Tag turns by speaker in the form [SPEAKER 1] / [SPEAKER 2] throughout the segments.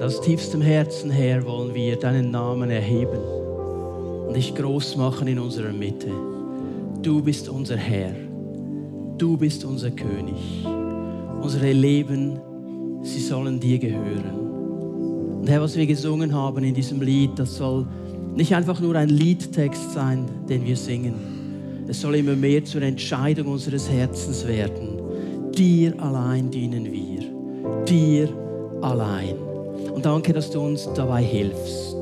[SPEAKER 1] Aus tiefstem Herzen her wollen wir deinen Namen erheben und dich groß machen in unserer Mitte. Du bist unser Herr. Du bist unser König. Unsere Leben, sie sollen dir gehören. Und Herr, was wir gesungen haben in diesem Lied, das soll nicht einfach nur ein Liedtext sein, den wir singen. Es soll immer mehr zur Entscheidung unseres Herzens werden. Dir allein dienen wir. Dir allein. Und danke, dass du uns dabei hilfst.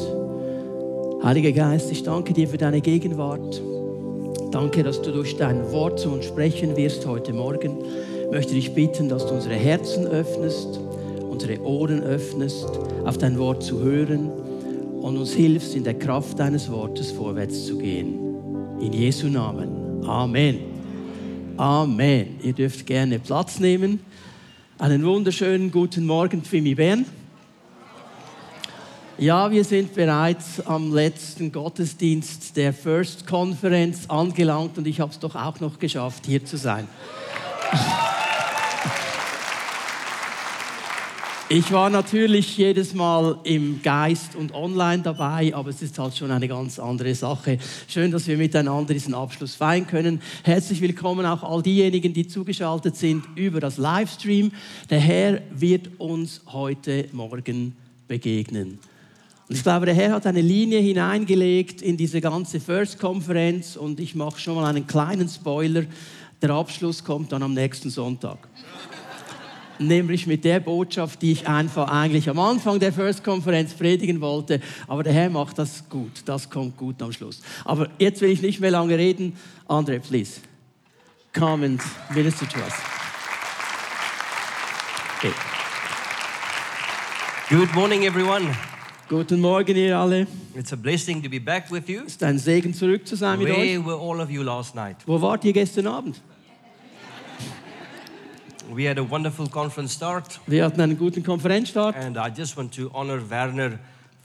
[SPEAKER 1] Heiliger Geist, ich danke dir für deine Gegenwart. Danke, dass du durch dein Wort zu uns sprechen wirst heute Morgen. Ich möchte dich bitten, dass du unsere Herzen öffnest, unsere Ohren öffnest, auf dein Wort zu hören und uns hilfst, in der Kraft deines Wortes vorwärts zu gehen. In Jesu Namen. Amen. Amen. Ihr dürft gerne Platz nehmen. Einen wunderschönen guten Morgen, Pfimi Bern. Ja, wir sind bereits am letzten Gottesdienst der First Conference angelangt und ich habe es doch auch noch geschafft, hier zu sein. Ich war natürlich jedes Mal im Geist und online dabei, aber es ist halt schon eine ganz andere Sache. Schön, dass wir miteinander diesen Abschluss feiern können. Herzlich willkommen auch all diejenigen, die zugeschaltet sind über das Livestream. Der Herr wird uns heute Morgen begegnen. Und ich glaube, der Herr hat eine Linie hineingelegt in diese ganze First-Konferenz und ich mache schon mal einen kleinen Spoiler. Der Abschluss kommt dann am nächsten Sonntag nämlich mit der Botschaft, die ich einfach eigentlich am Anfang der First-Konferenz predigen wollte. Aber der Herr macht das gut, das kommt gut am Schluss. Aber jetzt will ich nicht mehr lange reden. Andre, please, come and minister to us. Okay.
[SPEAKER 2] Good morning, everyone.
[SPEAKER 1] Guten Morgen, ihr alle.
[SPEAKER 2] It's a blessing to be back with you.
[SPEAKER 1] Es ist ein Segen, zurück zu sein mit
[SPEAKER 2] Where
[SPEAKER 1] euch.
[SPEAKER 2] were all of you last night?
[SPEAKER 1] Wo wart ihr gestern Abend?
[SPEAKER 2] We had a wonderful conference start,
[SPEAKER 1] Wir hatten einen guten Konferenzstart
[SPEAKER 2] and I just want to honor Werner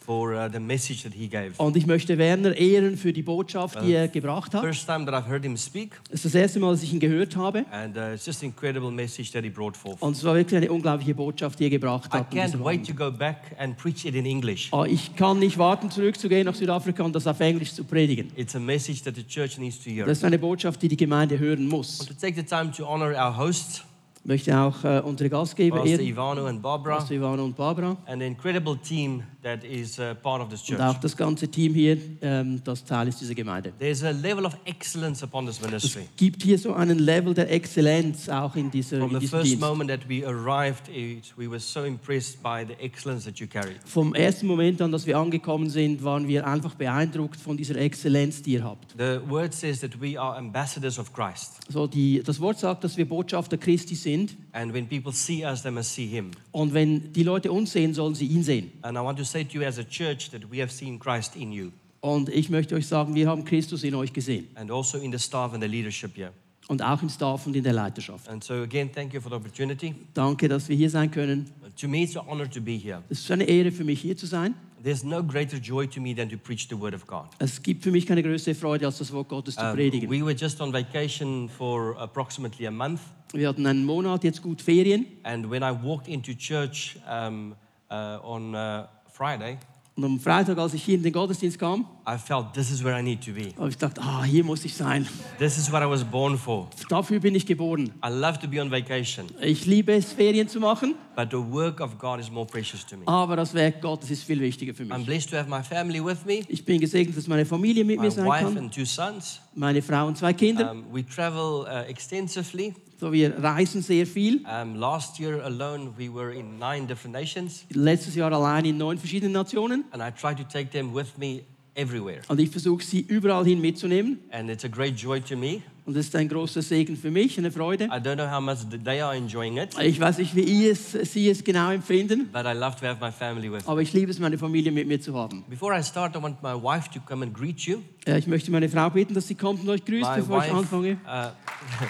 [SPEAKER 2] for uh, the message that he gave.
[SPEAKER 1] und ich möchte Werner ehren für die Botschaft, die er gebracht hat.
[SPEAKER 2] First time that I've heard him speak,
[SPEAKER 1] Es ist das erste Mal, dass ich ihn gehört habe.
[SPEAKER 2] and uh, it's just incredible message that he brought forth.
[SPEAKER 1] Und es war wirklich eine unglaubliche Botschaft, die er gebracht
[SPEAKER 2] I
[SPEAKER 1] hat. in
[SPEAKER 2] can't
[SPEAKER 1] diesem
[SPEAKER 2] wait to go back and preach it in English.
[SPEAKER 1] Ah, Ich kann nicht warten, zurückzugehen nach Südafrika und das auf Englisch zu predigen.
[SPEAKER 2] It's a message that the church needs to hear. I
[SPEAKER 1] Das ist eine Botschaft, die die Gemeinde hören muss.
[SPEAKER 2] want to take the time to honor our hosts,
[SPEAKER 1] Ich möchte auch äh, unsere Gastgeber
[SPEAKER 2] Pastor
[SPEAKER 1] ehren,
[SPEAKER 2] Ivano and Barbara,
[SPEAKER 1] Pastor Ivano und Barbara.
[SPEAKER 2] and the incredible team that is uh, part of this
[SPEAKER 1] Und
[SPEAKER 2] church.
[SPEAKER 1] auch das ganze Team hier, ähm, das Teil ist dieser Gemeinde.
[SPEAKER 2] There's a level of excellence upon this
[SPEAKER 1] Es
[SPEAKER 2] ministry.
[SPEAKER 1] gibt hier so einen Level der Exzellenz auch in, dieser,
[SPEAKER 2] From
[SPEAKER 1] in
[SPEAKER 2] the
[SPEAKER 1] diesem
[SPEAKER 2] first
[SPEAKER 1] Dienst.
[SPEAKER 2] moment that we arrived, it, we were so impressed by the excellence that you carry.
[SPEAKER 1] Vom ersten Moment an, dass wir angekommen sind, waren wir einfach beeindruckt von dieser Exzellenz, die ihr habt.
[SPEAKER 2] The word says that we are ambassadors of Christ.
[SPEAKER 1] So die, das Wort sagt, dass wir Botschafter Christi sind.
[SPEAKER 2] And when people see us, they must see him.
[SPEAKER 1] Und wenn die Leute uns sehen, sollen sie ihn sehen.
[SPEAKER 2] And I want to say to you as a church that we have seen Christ in you
[SPEAKER 1] Und ich möchte euch sagen, wir haben Christus in euch gesehen.
[SPEAKER 2] and also in the staff and the leadership here.
[SPEAKER 1] und auch im Staff und in der Leiterschaft.
[SPEAKER 2] And so, again, thank you for the opportunity.
[SPEAKER 1] Danke, dass wir hier sein können.
[SPEAKER 2] To me, it's an honor to be here.
[SPEAKER 1] Es ist eine Ehre für mich, hier zu sein.
[SPEAKER 2] There's no greater joy to me than to preach the word of God.
[SPEAKER 1] Es gibt für mich keine größere Freude, als das Wort Gottes zu
[SPEAKER 2] Um,
[SPEAKER 1] predigen.
[SPEAKER 2] we were just on vacation for approximately a month.
[SPEAKER 1] Wir hatten einen Monat jetzt gut Ferien
[SPEAKER 2] And when I walked into church um, uh, on uh, Friday,
[SPEAKER 1] und am Freitag, als ich hier in den Gottesdienst kam,
[SPEAKER 2] I felt this is where I need to be.
[SPEAKER 1] habe ich gedacht, ah, hier muss ich sein.
[SPEAKER 2] This is what I was born for.
[SPEAKER 1] Dafür bin ich geboren.
[SPEAKER 2] I love to be on vacation,
[SPEAKER 1] Ich liebe es, Ferien zu machen,
[SPEAKER 2] but the work of God is more precious to me.
[SPEAKER 1] aber das Werk Gottes ist viel wichtiger für
[SPEAKER 2] I'm
[SPEAKER 1] mich.
[SPEAKER 2] blessed to have my family with me,
[SPEAKER 1] Ich bin gesegnet, dass meine Familie mit
[SPEAKER 2] my
[SPEAKER 1] mir sein
[SPEAKER 2] wife
[SPEAKER 1] kann,
[SPEAKER 2] and two sons.
[SPEAKER 1] meine Frau und zwei Kinder.
[SPEAKER 2] Um, we travel uh, extensively.
[SPEAKER 1] So, wir reisen sehr viel.
[SPEAKER 2] Um, last year alone, we were in nine different nations,
[SPEAKER 1] Letztes Jahr allein in neun verschiedenen Nationen.
[SPEAKER 2] and I try to take them with me everywhere.
[SPEAKER 1] Und ich versuche, sie überall hin mitzunehmen.
[SPEAKER 2] And it's a great joy to me.
[SPEAKER 1] Und das ist ein großer Segen für mich, eine Freude.
[SPEAKER 2] I don't know how much th- they are enjoying it,
[SPEAKER 1] Ich weiß nicht, wie ihr es, Sie es genau empfinden,
[SPEAKER 2] but I love to have my family with me.
[SPEAKER 1] aber ich liebe es, meine Familie mit mir zu haben.
[SPEAKER 2] Before I start, I want my wife to come and greet you.
[SPEAKER 1] Äh, Ich möchte meine Frau bitten, dass sie kommt und euch grüßt,
[SPEAKER 2] My
[SPEAKER 1] bevor ich
[SPEAKER 2] wife,
[SPEAKER 1] anfange.
[SPEAKER 2] uh, she-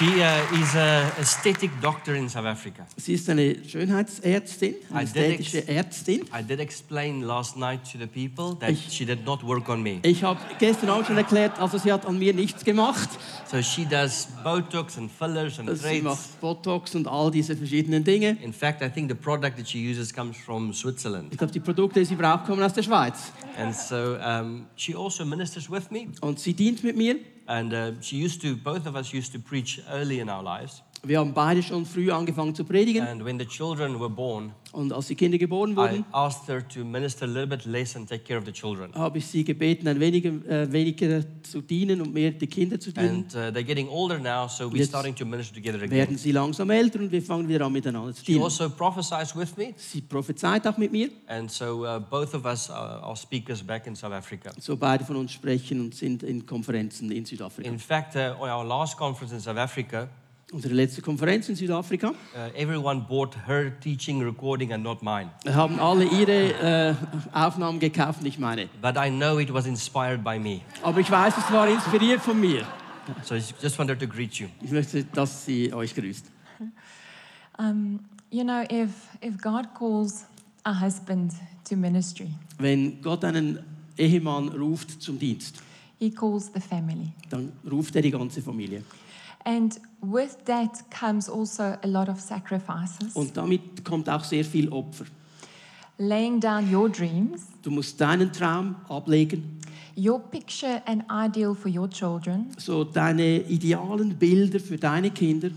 [SPEAKER 2] She uh, is a aesthetic doctor in South Africa.
[SPEAKER 1] Sie ist eine Schönheitsärztin, eine
[SPEAKER 2] Aesthetics.
[SPEAKER 1] ästhetische Ärztin.
[SPEAKER 2] I did explain last night to the people that she did not work on me.
[SPEAKER 1] Ich habe gestern Abend schon erklärt, also sie hat an mir nichts gemacht. Also
[SPEAKER 2] So she does Botox and fillers and
[SPEAKER 1] Sie
[SPEAKER 2] threads.
[SPEAKER 1] macht Botox und all diese verschiedenen Dinge.
[SPEAKER 2] In fact, I think the product that she uses comes from Switzerland.
[SPEAKER 1] Ich glaube, die Produkte, die sie braucht, kommen aus der Schweiz.
[SPEAKER 2] And so um, she also ministers with me.
[SPEAKER 1] Und sie dient mit mir.
[SPEAKER 2] And uh, she used to, both of us used to preach early in our lives.
[SPEAKER 1] Wir haben beide schon früh angefangen zu predigen.
[SPEAKER 2] And when the children were born,
[SPEAKER 1] Und als die Kinder geboren
[SPEAKER 2] I
[SPEAKER 1] wurden,
[SPEAKER 2] asked her to minister a little bit less and take care of the children.
[SPEAKER 1] habe ich sie gebeten, ein wenig, äh, weniger zu dienen und mehr die Kinder zu dienen.
[SPEAKER 2] And uh, they're getting older now, so we're
[SPEAKER 1] Yes.
[SPEAKER 2] starting to minister together again.
[SPEAKER 1] Werden sie langsam älter und wir fangen wieder an, miteinander zu
[SPEAKER 2] She
[SPEAKER 1] dienen.
[SPEAKER 2] also prophesies with me.
[SPEAKER 1] Sie prophezeit auch mit mir.
[SPEAKER 2] And so uh, both of us are, are speakers back in South Africa.
[SPEAKER 1] So beide von uns sprechen und sind in Konferenzen in Südafrika.
[SPEAKER 2] In fact, uh, on our last conference in South Africa,
[SPEAKER 1] Unsere letzte Konferenz in Südafrika
[SPEAKER 2] uh, everyone bought her teaching recording and not mine.
[SPEAKER 1] haben alle ihre äh, Aufnahmen gekauft, nicht meine.
[SPEAKER 2] But I know it was inspired by me.
[SPEAKER 1] Aber ich weiß, es war inspiriert von mir.
[SPEAKER 2] So I just wanted to greet you.
[SPEAKER 1] Ich möchte, dass sie euch grüßt.
[SPEAKER 3] Um, you know, if if God calls a husband to ministry,
[SPEAKER 1] Wenn Gott einen Ehemann ruft zum Dienst,
[SPEAKER 3] He calls the family,
[SPEAKER 1] dann ruft er die ganze Familie.
[SPEAKER 3] and with that comes also a lot of sacrifices.
[SPEAKER 1] Und damit kommt auch sehr viel Opfer.
[SPEAKER 3] Laying down your dreams,
[SPEAKER 1] Du musst deinen Traum ablegen,
[SPEAKER 3] your picture and ideal for your children,
[SPEAKER 1] so deine idealen Bilder für deine Kinder.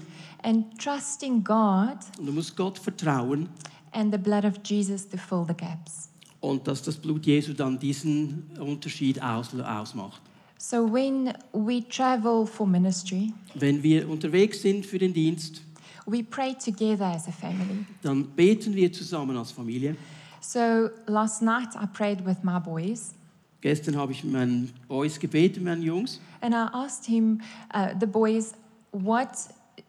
[SPEAKER 3] and trusting God
[SPEAKER 1] Und du musst Gott vertrauen
[SPEAKER 3] and the blood of Jesus to fill the gaps.
[SPEAKER 1] und dass das Blut Jesu dann diesen Unterschied aus ausmacht.
[SPEAKER 3] So when we travel for ministry,
[SPEAKER 1] Wenn wir unterwegs sind für den Dienst,
[SPEAKER 3] we pray together as a family.
[SPEAKER 1] dann beten wir zusammen als Familie.
[SPEAKER 3] So last night I prayed with my boys.
[SPEAKER 1] Gestern habe ich mit meinen Boys gebeten, meinen Jungs.
[SPEAKER 3] And I asked him, uh, the boys, what,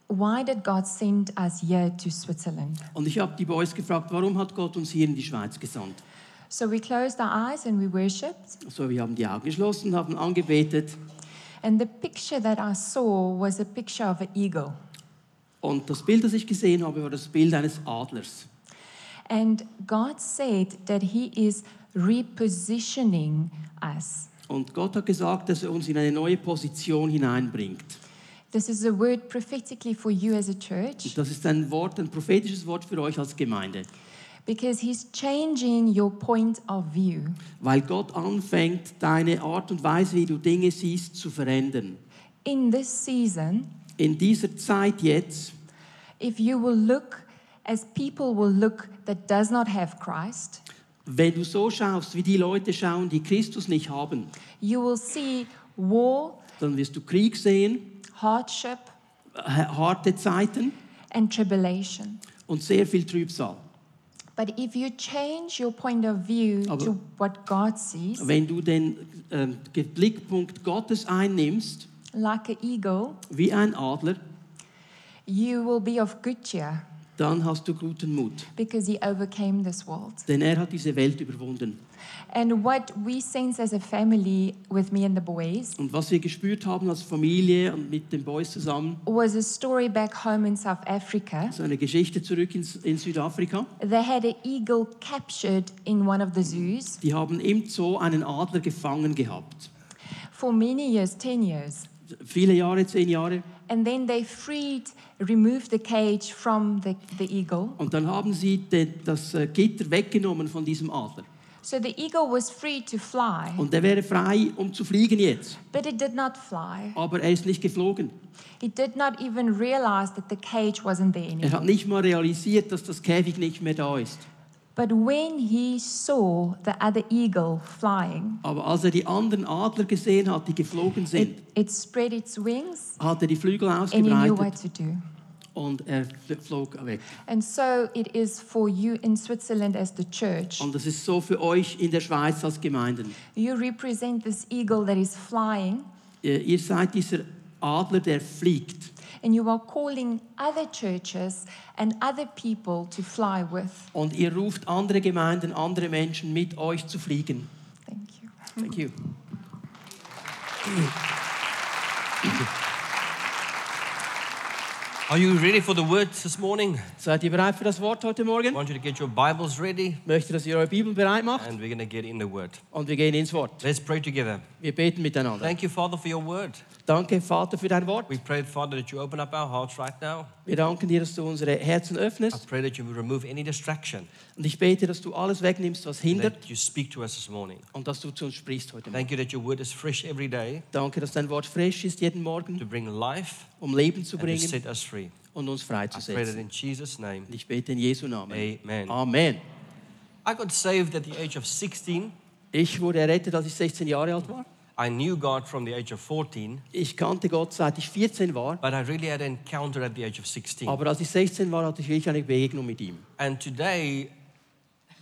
[SPEAKER 3] why did God send us here to Switzerland?
[SPEAKER 1] Und ich habe die Boys gefragt, warum hat Gott uns hier in die Schweiz gesandt?
[SPEAKER 3] So we closed our eyes and we worshipped.
[SPEAKER 1] So, wir haben die Augen geschlossen und haben angebetet.
[SPEAKER 3] And the picture that I saw was a picture of an eagle.
[SPEAKER 1] Und das Bild, das ich gesehen habe, war das Bild eines Adlers.
[SPEAKER 3] And God said that He is repositioning us.
[SPEAKER 1] Und Gott hat gesagt, dass er uns in eine neue Position hineinbringt.
[SPEAKER 3] This is a word prophetically for you as a
[SPEAKER 1] Und
[SPEAKER 3] church
[SPEAKER 1] das ist ein Wort, ein prophetisches Wort für euch als Gemeinde.
[SPEAKER 3] because He's changing your point of view.
[SPEAKER 1] Weil Gott anfängt, deine Art und Weise, wie du Dinge siehst, zu verändern.
[SPEAKER 3] In this season,
[SPEAKER 1] In dieser Zeit jetzt,
[SPEAKER 3] If you will look as people will look that does not have Christ,
[SPEAKER 1] wenn du so schaust, wie die Leute schauen, die Christus nicht haben,
[SPEAKER 3] you will see war,
[SPEAKER 1] dann wirst du Krieg sehen,
[SPEAKER 3] hardship,
[SPEAKER 1] äh, harte Zeiten
[SPEAKER 3] and tribulation.
[SPEAKER 1] und sehr viel Trübsal.
[SPEAKER 3] But if you change your point of view
[SPEAKER 1] Aber-
[SPEAKER 3] to what God sees,
[SPEAKER 1] Wenn du den ähm, Blickpunkt Gottes einnimmst,
[SPEAKER 3] like an eagle,
[SPEAKER 1] wie ein Adler,
[SPEAKER 3] you will be of good cheer
[SPEAKER 1] dann hast du guten Mut.
[SPEAKER 3] because He overcame this world.
[SPEAKER 1] Denn er hat diese Welt überwunden.
[SPEAKER 3] And what we sense as a family with me and the boys
[SPEAKER 1] Und was wir gespürt haben als Familie und mit den Boys zusammen,
[SPEAKER 3] was a story back home in South Africa.
[SPEAKER 1] so eine Geschichte zurück in, in Südafrika.
[SPEAKER 3] They had an eagle captured in one of the zoos
[SPEAKER 1] Die haben im Zoo einen Adler gefangen gehabt.
[SPEAKER 3] for many years, 10 years.
[SPEAKER 1] Viele Jahre, zehn Jahre.
[SPEAKER 3] And then they freed, removed the cage from the, the eagle.
[SPEAKER 1] Und dann haben sie de, das äh, Gitter weggenommen von diesem Adler.
[SPEAKER 3] So the eagle was free to fly,
[SPEAKER 1] Und er wäre frei, um zu fliegen jetzt.
[SPEAKER 3] but it did not fly.
[SPEAKER 1] Aber er ist nicht geflogen.
[SPEAKER 3] He did not even realize that the cage wasn't there
[SPEAKER 1] Er
[SPEAKER 3] anymore.
[SPEAKER 1] hat nicht mal realisiert, dass das Käfig nicht mehr da ist.
[SPEAKER 3] But when he saw the other eagle flying,
[SPEAKER 1] Aber als er die anderen Adler gesehen hat, die geflogen
[SPEAKER 3] it,
[SPEAKER 1] sind,
[SPEAKER 3] it spread its wings
[SPEAKER 1] hat er die Flügel
[SPEAKER 3] and he knew
[SPEAKER 1] ausgebreitet
[SPEAKER 3] what to do.
[SPEAKER 1] und er fl- flog weg.
[SPEAKER 3] And so it is for you in Switzerland as the church.
[SPEAKER 1] Und das ist so für euch in der Schweiz als Gemeinden.
[SPEAKER 3] You represent this eagle that is flying,
[SPEAKER 1] Ihr Äh, ihr seid dieser Adler, der fliegt.
[SPEAKER 3] and you are calling other churches and other people to fly with.
[SPEAKER 1] Und ihr ruft andere Gemeinden, andere Menschen mit euch zu fliegen.
[SPEAKER 3] Thank you.
[SPEAKER 1] Thank you.
[SPEAKER 2] Are you ready for the word this morning?
[SPEAKER 1] Seid ihr bereit für das Wort heute
[SPEAKER 2] I
[SPEAKER 1] Morgen?
[SPEAKER 2] want you to get your Bibles ready
[SPEAKER 1] Ich möchte, dass ihr eure Bibel bereit macht
[SPEAKER 2] and we're going to get in the word.
[SPEAKER 1] und wir gehen ins Wort.
[SPEAKER 2] Let's pray together.
[SPEAKER 1] Wir beten miteinander.
[SPEAKER 2] Thank you, Father, for your word.
[SPEAKER 1] Danke, Vater, für dein Wort.
[SPEAKER 2] We pray, Father, that you open up our hearts right now.
[SPEAKER 1] Wir danken dir, dass du unsere Herzen
[SPEAKER 2] I
[SPEAKER 1] öffnest
[SPEAKER 2] pray that you will remove any distraction
[SPEAKER 1] und ich bete, dass du alles wegnimmst, was
[SPEAKER 2] and
[SPEAKER 1] hindert
[SPEAKER 2] that you speak to us this morning.
[SPEAKER 1] und dass du zu uns sprichst heute Morgen.
[SPEAKER 2] Thank you that your word is fresh every day
[SPEAKER 1] Danke, dass dein Wort frisch ist jeden
[SPEAKER 2] to
[SPEAKER 1] Morgen,
[SPEAKER 2] bring life
[SPEAKER 1] um Leben zu
[SPEAKER 2] and to
[SPEAKER 1] bringen
[SPEAKER 2] set us free.
[SPEAKER 1] und uns
[SPEAKER 2] I pray that
[SPEAKER 1] freizusetzen.
[SPEAKER 2] in Jesus' name.
[SPEAKER 1] Und ich bete in Jesu Namen.
[SPEAKER 2] Amen.
[SPEAKER 1] Amen.
[SPEAKER 2] I got saved at the age of 16.
[SPEAKER 1] Ich wurde errettet, als ich 16 Jahre alt war.
[SPEAKER 2] I knew God from the age of 14,
[SPEAKER 1] Ich kannte Gott, seit ich 14 war.
[SPEAKER 2] but I really had an encounter at the age of 16.
[SPEAKER 1] Aber als ich 16 war, hatte ich wirklich eine Begegnung mit ihm.
[SPEAKER 2] And today,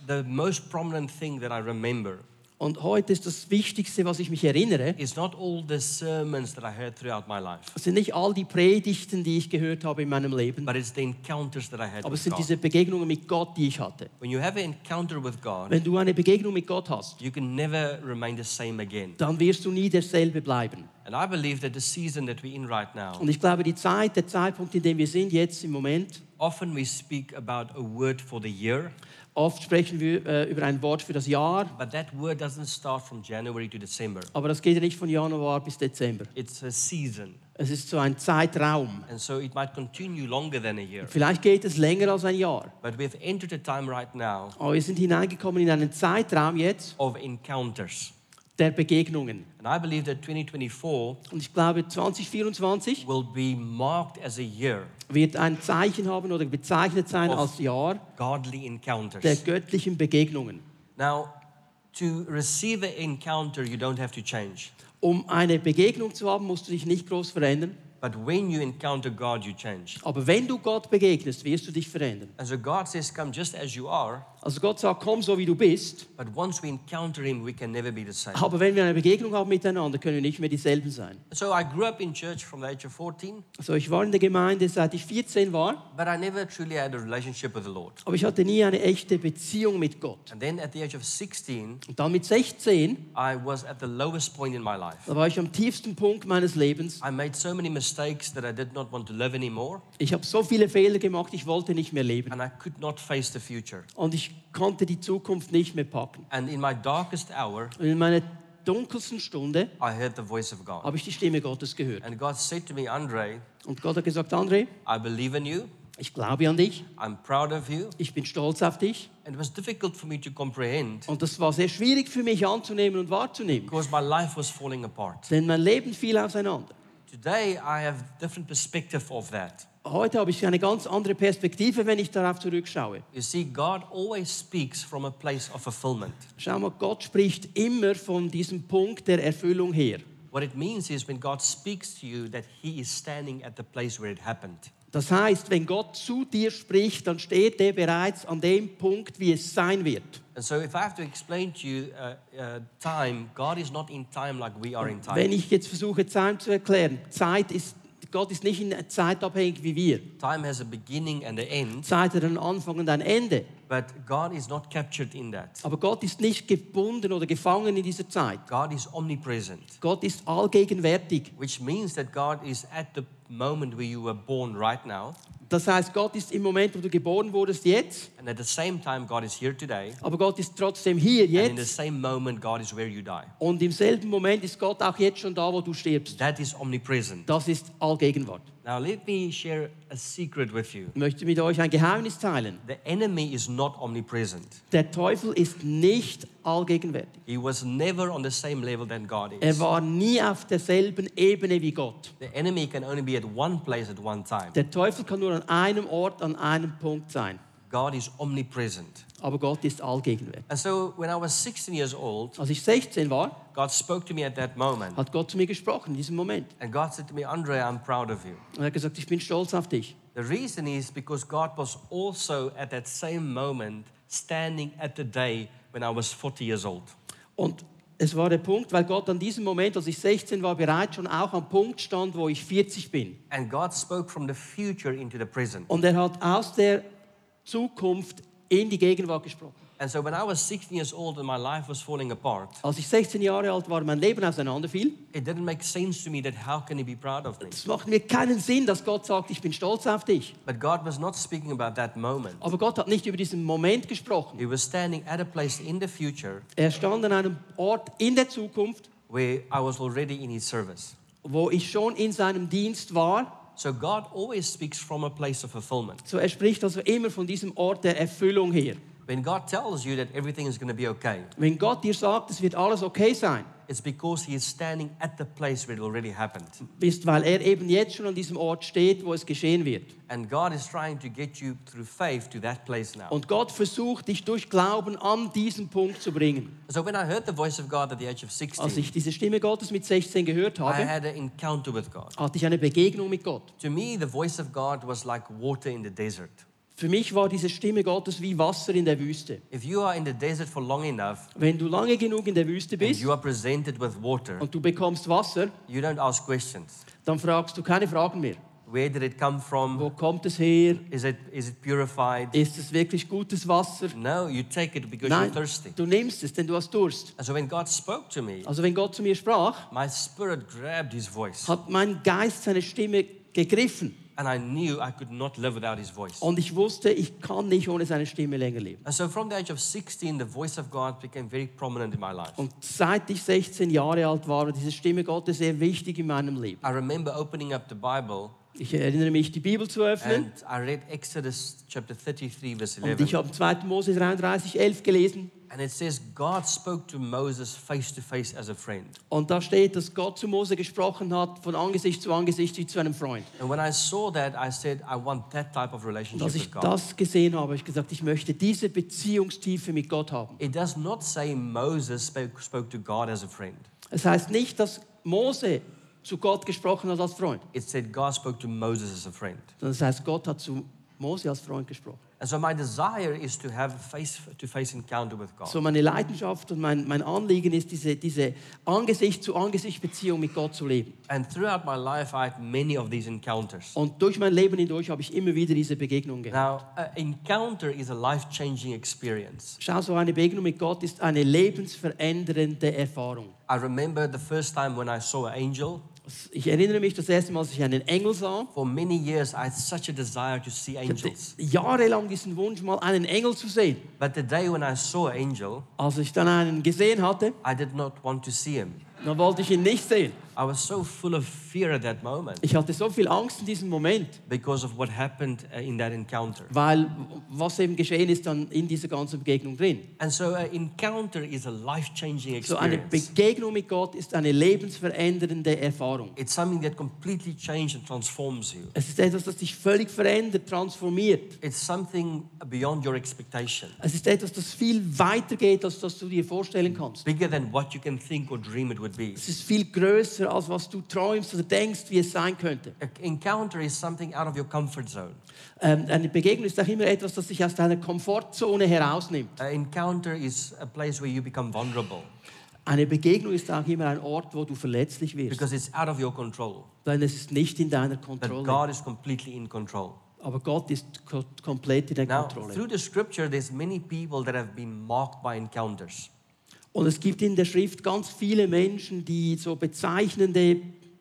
[SPEAKER 2] the most prominent thing that I remember
[SPEAKER 1] Und heute ist das Wichtigste, was ich mich erinnere,
[SPEAKER 2] is not all the sermons that I heard throughout my life,
[SPEAKER 1] es sind nicht all die Predigten, die ich gehört habe in meinem Leben,
[SPEAKER 2] but it's the encounters that I had
[SPEAKER 1] aber es
[SPEAKER 2] with
[SPEAKER 1] sind
[SPEAKER 2] God.
[SPEAKER 1] diese Begegnungen mit Gott, die ich hatte.
[SPEAKER 2] When you have an encounter with God,
[SPEAKER 1] Wenn du eine Begegnung mit Gott hast,
[SPEAKER 2] you can never remain the same again.
[SPEAKER 1] dann wirst du nie derselbe bleiben.
[SPEAKER 2] And I believe that the season that we're in right now,
[SPEAKER 1] Und ich glaube, die Zeit, der Zeitpunkt, in dem wir sind, jetzt im Moment,
[SPEAKER 2] often we speak about a word for the year,
[SPEAKER 1] oft sprechen wir äh, über ein Wort für das Jahr,
[SPEAKER 2] but that word doesn't start from January to December.
[SPEAKER 1] aber das geht ja nicht von Januar bis Dezember.
[SPEAKER 2] It's a season,
[SPEAKER 1] Es ist so ein Zeitraum.
[SPEAKER 2] and so it might continue longer than a year.
[SPEAKER 1] Vielleicht geht es länger als ein Jahr.
[SPEAKER 2] But we've entered a time right now
[SPEAKER 1] Aber wir sind hineingekommen in einen Zeitraum jetzt
[SPEAKER 2] of encounters.
[SPEAKER 1] der Begegnungen.
[SPEAKER 2] And I believe that 2024
[SPEAKER 1] Und ich glaube, 2024
[SPEAKER 2] will be marked as a year
[SPEAKER 1] wird ein Zeichen haben oder bezeichnet sein als Jahr
[SPEAKER 2] godly
[SPEAKER 1] der
[SPEAKER 2] encounters.
[SPEAKER 1] göttlichen Begegnungen.
[SPEAKER 2] Now, to receive an encounter, you don't have to change.
[SPEAKER 1] Um eine Begegnung zu haben, musst du dich nicht groß verändern.
[SPEAKER 2] But when you encounter God, you change.
[SPEAKER 1] Aber wenn du Gott begegnest, wirst du dich verändern.
[SPEAKER 2] And so God says, Come just as you are.
[SPEAKER 1] Also Gott sagt, komm so wie du bist.
[SPEAKER 2] But once we encounter Him, we can never be the same.
[SPEAKER 1] Aber wenn wir eine Begegnung haben miteinander, können wir nicht mehr dieselben sein.
[SPEAKER 2] So I grew up in church from the age of 14,
[SPEAKER 1] Also ich war in der Gemeinde, seit ich 14 war,
[SPEAKER 2] but I never truly had a relationship with the Lord.
[SPEAKER 1] aber ich hatte nie eine echte Beziehung mit Gott.
[SPEAKER 2] And then at the age of 16,
[SPEAKER 1] Und dann mit 16,
[SPEAKER 2] I was at the lowest point in my life.
[SPEAKER 1] da war ich am tiefsten Punkt meines Lebens.
[SPEAKER 2] I made so many mistakes that I did not want to live anymore,
[SPEAKER 1] Ich habe so viele Fehler gemacht, ich wollte nicht mehr leben.
[SPEAKER 2] and I could not face the future.
[SPEAKER 1] Und ich konnte die Zukunft nicht mehr packen.
[SPEAKER 2] And in my darkest hour,
[SPEAKER 1] Und in meiner dunkelsten Stunde
[SPEAKER 2] I heard the voice of God.
[SPEAKER 1] habe ich die Stimme Gottes gehört.
[SPEAKER 2] And God said to me, Andre,
[SPEAKER 1] Und Gott hat gesagt, André,
[SPEAKER 2] I believe in you,
[SPEAKER 1] ich glaube an dich,
[SPEAKER 2] I'm proud of you.
[SPEAKER 1] ich bin stolz auf dich.
[SPEAKER 2] And it was difficult for me to comprehend
[SPEAKER 1] Und das war sehr schwierig für mich anzunehmen und wahrzunehmen,
[SPEAKER 2] because my life was falling apart.
[SPEAKER 1] denn mein Leben fiel auseinander.
[SPEAKER 2] Today, I have different perspective of that.
[SPEAKER 1] Heute habe ich eine ganz andere Perspektive, wenn ich darauf zurückschaue.
[SPEAKER 2] You see, God always speaks from a place of fulfillment.
[SPEAKER 1] Schau mal, Gott spricht immer von diesem Punkt der Erfüllung her.
[SPEAKER 2] What it means is when God speaks to you, that He is standing at the place where it happened.
[SPEAKER 1] Das heißt, wenn Gott zu dir spricht, dann steht er bereits an dem Punkt, wie es sein wird.
[SPEAKER 2] And so, if I have to explain to you uh, uh, time, God is not in time like we are in time.
[SPEAKER 1] Wenn ich jetzt versuche, Zeit zu erklären, Zeit ist, Gott ist nicht in Zeit abhängig wie wir.
[SPEAKER 2] Time has a beginning and an end,
[SPEAKER 1] Zeit hat einen Anfang und ein Ende.
[SPEAKER 2] but God is not captured in that.
[SPEAKER 1] Aber Gott ist nicht gebunden oder gefangen in dieser Zeit.
[SPEAKER 2] God is omnipresent,
[SPEAKER 1] Gott ist allgegenwärtig.
[SPEAKER 2] which means that God is at the moment where you were born right now,
[SPEAKER 1] Das heißt, Gott ist im Moment, wo du geboren wurdest, jetzt.
[SPEAKER 2] and at the same time, God is here today,
[SPEAKER 1] Aber Gott ist trotzdem hier,
[SPEAKER 2] and in the
[SPEAKER 1] jetzt.
[SPEAKER 2] same moment, God is where you die.
[SPEAKER 1] Und im selben Moment ist Gott auch jetzt schon da, wo du stirbst.
[SPEAKER 2] That is omnipresent.
[SPEAKER 1] Das ist Allgegenwart.
[SPEAKER 2] Now, let me share a secret with you.
[SPEAKER 1] Ich möchte mit euch ein Geheimnis teilen.
[SPEAKER 2] The enemy is not omnipresent.
[SPEAKER 1] Der Teufel ist nicht allgegenwärtig.
[SPEAKER 2] He was never on the same level than God
[SPEAKER 1] Er
[SPEAKER 2] is.
[SPEAKER 1] war nie auf derselben Ebene wie Gott.
[SPEAKER 2] The enemy can only be at one place at one time.
[SPEAKER 1] Der Teufel kann nur an einem Ort, an einem Punkt sein.
[SPEAKER 2] God is omnipresent.
[SPEAKER 1] Aber Gott ist allgegenwärtig.
[SPEAKER 2] And so when I was 16 years old,
[SPEAKER 1] Als ich 16 war,
[SPEAKER 2] God spoke to me at that moment.
[SPEAKER 1] hat Gott zu mir gesprochen, in diesem Moment.
[SPEAKER 2] And God said to me, Andre, I'm proud of you.
[SPEAKER 1] Und er hat gesagt, ich bin stolz auf dich.
[SPEAKER 2] The reason is because God was also at that same moment standing at the day when I was 40 years old.
[SPEAKER 1] Und es war der Punkt, weil Gott an diesem Moment, als ich 16 war, bereits schon auch am Punkt stand, wo ich 40 bin.
[SPEAKER 2] And God spoke from the future into the present.
[SPEAKER 1] Und er hat aus der Zukunft in die Gegenwart gesprochen.
[SPEAKER 2] And so when I was 16 years old and my life was falling apart,
[SPEAKER 1] Als ich 16 Jahre alt war, mein Leben auseinanderfiel.
[SPEAKER 2] it didn't make sense to me that how can he be proud of me?
[SPEAKER 1] Es macht mir keinen Sinn, dass Gott sagt, ich bin stolz auf dich.
[SPEAKER 2] But God was not speaking about that moment.
[SPEAKER 1] Aber Gott hat nicht über diesen Moment gesprochen.
[SPEAKER 2] He was standing at a place in the future
[SPEAKER 1] Er stand an einem Ort in der Zukunft,
[SPEAKER 2] where I was already in his service.
[SPEAKER 1] wo ich schon in seinem Dienst war.
[SPEAKER 2] So God always speaks from a place of fulfillment.
[SPEAKER 1] So er spricht also immer von diesem Ort der Erfüllung her.
[SPEAKER 2] When God tells you that everything is going to be okay,
[SPEAKER 1] Wenn Gott dir sagt, es wird alles okay sein,
[SPEAKER 2] it's because he is standing at the place where it already happened.
[SPEAKER 1] ist, weil er eben jetzt schon an diesem Ort steht, wo es geschehen wird.
[SPEAKER 2] And God is trying to get you through faith to that place now.
[SPEAKER 1] Und Gott versucht, dich durch Glauben an diesen Punkt zu bringen.
[SPEAKER 2] So when I heard the voice of God at the age of
[SPEAKER 1] Als
[SPEAKER 2] 16,
[SPEAKER 1] ich diese Stimme Gottes mit 16 gehört
[SPEAKER 2] I
[SPEAKER 1] habe,
[SPEAKER 2] had an encounter with God.
[SPEAKER 1] hatte ich eine Begegnung mit Gott.
[SPEAKER 2] To me, the voice of God was like water in the desert.
[SPEAKER 1] Für mich war diese Stimme Gottes wie Wasser in der Wüste.
[SPEAKER 2] If you are in the desert for long enough
[SPEAKER 1] Wenn du lange genug in der Wüste
[SPEAKER 2] and
[SPEAKER 1] bist
[SPEAKER 2] you are presented with water,
[SPEAKER 1] und du bekommst Wasser,
[SPEAKER 2] you don't ask questions.
[SPEAKER 1] dann fragst du keine Fragen mehr.
[SPEAKER 2] Where did it come from?
[SPEAKER 1] Wo kommt es her?
[SPEAKER 2] Is it, is it purified?
[SPEAKER 1] Ist es wirklich gutes Wasser?
[SPEAKER 2] No, you take it because
[SPEAKER 1] Nein,
[SPEAKER 2] you're thirsty.
[SPEAKER 1] du nimmst es, denn du hast Durst.
[SPEAKER 2] And so when God spoke to me,
[SPEAKER 1] Also wenn Gott zu mir sprach,
[SPEAKER 2] my spirit grabbed his voice.
[SPEAKER 1] hat mein Geist seine Stimme gegriffen.
[SPEAKER 2] And I knew I could not live without his voice.
[SPEAKER 1] Und ich wusste, ich kann nicht ohne seine Stimme länger leben.
[SPEAKER 2] And so from the age of 16, the voice of God became very prominent in my life.
[SPEAKER 1] Und seit ich 16 Jahre alt war, war diese Stimme Gottes sehr wichtig in meinem Leben.
[SPEAKER 2] I remember opening up the Bible
[SPEAKER 1] Ich erinnere mich, die Bibel zu
[SPEAKER 2] and
[SPEAKER 1] öffnen.
[SPEAKER 2] I read Exodus chapter 33, verse
[SPEAKER 1] Und ich
[SPEAKER 2] 11.
[SPEAKER 1] habe 2. Mose 33, 11 gelesen.
[SPEAKER 2] And it says, God spoke to Moses face to face as a friend.
[SPEAKER 1] Und da steht, dass Gott zu Mose gesprochen hat, von Angesicht zu Angesicht wie zu einem Freund.
[SPEAKER 2] And when I saw that, I said, I want that type of
[SPEAKER 1] Und
[SPEAKER 2] relationship
[SPEAKER 1] als ich
[SPEAKER 2] with God.
[SPEAKER 1] das gesehen habe, habe ich gesagt, ich möchte diese Beziehungstiefe mit Gott haben.
[SPEAKER 2] It does not say Moses spoke, spoke to God as a friend.
[SPEAKER 1] Es heißt nicht, dass Mose zu Gott gesprochen hat als Freund,
[SPEAKER 2] It said God spoke to Moses as a friend.
[SPEAKER 1] sondern es heißt, Gott hat zu Mose als Freund gesprochen.
[SPEAKER 2] And so my desire is to have a face-to-face encounter with God.
[SPEAKER 1] So meine Leidenschaft und mein, mein Anliegen ist, diese, diese Angesicht-zu-Angesicht-Beziehung mit Gott zu leben.
[SPEAKER 2] and throughout my life, I had many of these encounters.
[SPEAKER 1] Und durch mein Leben hindurch habe ich immer wieder diese Begegnung gehabt.
[SPEAKER 2] Now, an encounter is a life-changing experience.
[SPEAKER 1] Schau, so eine Begegnung mit Gott ist eine lebensverändernde Erfahrung.
[SPEAKER 2] I remember the first time when I saw an angel.
[SPEAKER 1] Ich erinnere mich das erste Mal, als ich einen Engel sah.
[SPEAKER 2] For many years, I had such a desire to see
[SPEAKER 1] Ich hatte
[SPEAKER 2] angels.
[SPEAKER 1] jahrelang diesen Wunsch, mal einen Engel zu sehen.
[SPEAKER 2] But the day when I saw an angel,
[SPEAKER 1] Als ich dann einen gesehen hatte,
[SPEAKER 2] I did not want to see him.
[SPEAKER 1] dann wollte ich ihn nicht sehen.
[SPEAKER 2] I was so full of fear at that moment
[SPEAKER 1] Ich hatte so viel Angst in diesem Moment,
[SPEAKER 2] because of what happened uh, in that encounter.
[SPEAKER 1] weil was eben geschehen ist dann in dieser ganzen Begegnung drin.
[SPEAKER 2] And so, an encounter is a life changing
[SPEAKER 1] So eine
[SPEAKER 2] experience.
[SPEAKER 1] Begegnung mit Gott ist eine lebensverändernde Erfahrung.
[SPEAKER 2] It's something that completely changes and transforms you.
[SPEAKER 1] Es ist etwas, das dich völlig verändert, transformiert.
[SPEAKER 2] It's something beyond your expectation,
[SPEAKER 1] Es ist etwas, das viel weiter geht, als das du dir vorstellen kannst.
[SPEAKER 2] bigger than what you can think or dream it would be.
[SPEAKER 1] Es ist viel größer, als was du träumst oder denkst, wie es sein könnte.
[SPEAKER 2] An E-, encounter is something out of your comfort zone.
[SPEAKER 1] Ähm, eine Begegnung ist auch immer etwas, das dich aus deiner Komfortzone herausnimmt.
[SPEAKER 2] An encounter is a place where you become vulnerable
[SPEAKER 1] Eine Begegnung ist auch immer ein Ort, wo du verletzlich wirst.
[SPEAKER 2] because it's out of your control.
[SPEAKER 1] Denn es ist nicht in deiner
[SPEAKER 2] But
[SPEAKER 1] Kontrolle.
[SPEAKER 2] God is completely in control.
[SPEAKER 1] Aber Gott ist ko- komplett in der
[SPEAKER 2] Now,
[SPEAKER 1] Kontrolle.
[SPEAKER 2] through the scripture, there's many people that have been marked by encounters.
[SPEAKER 1] Und es gibt in der Schrift ganz viele Menschen, die so bezeichnende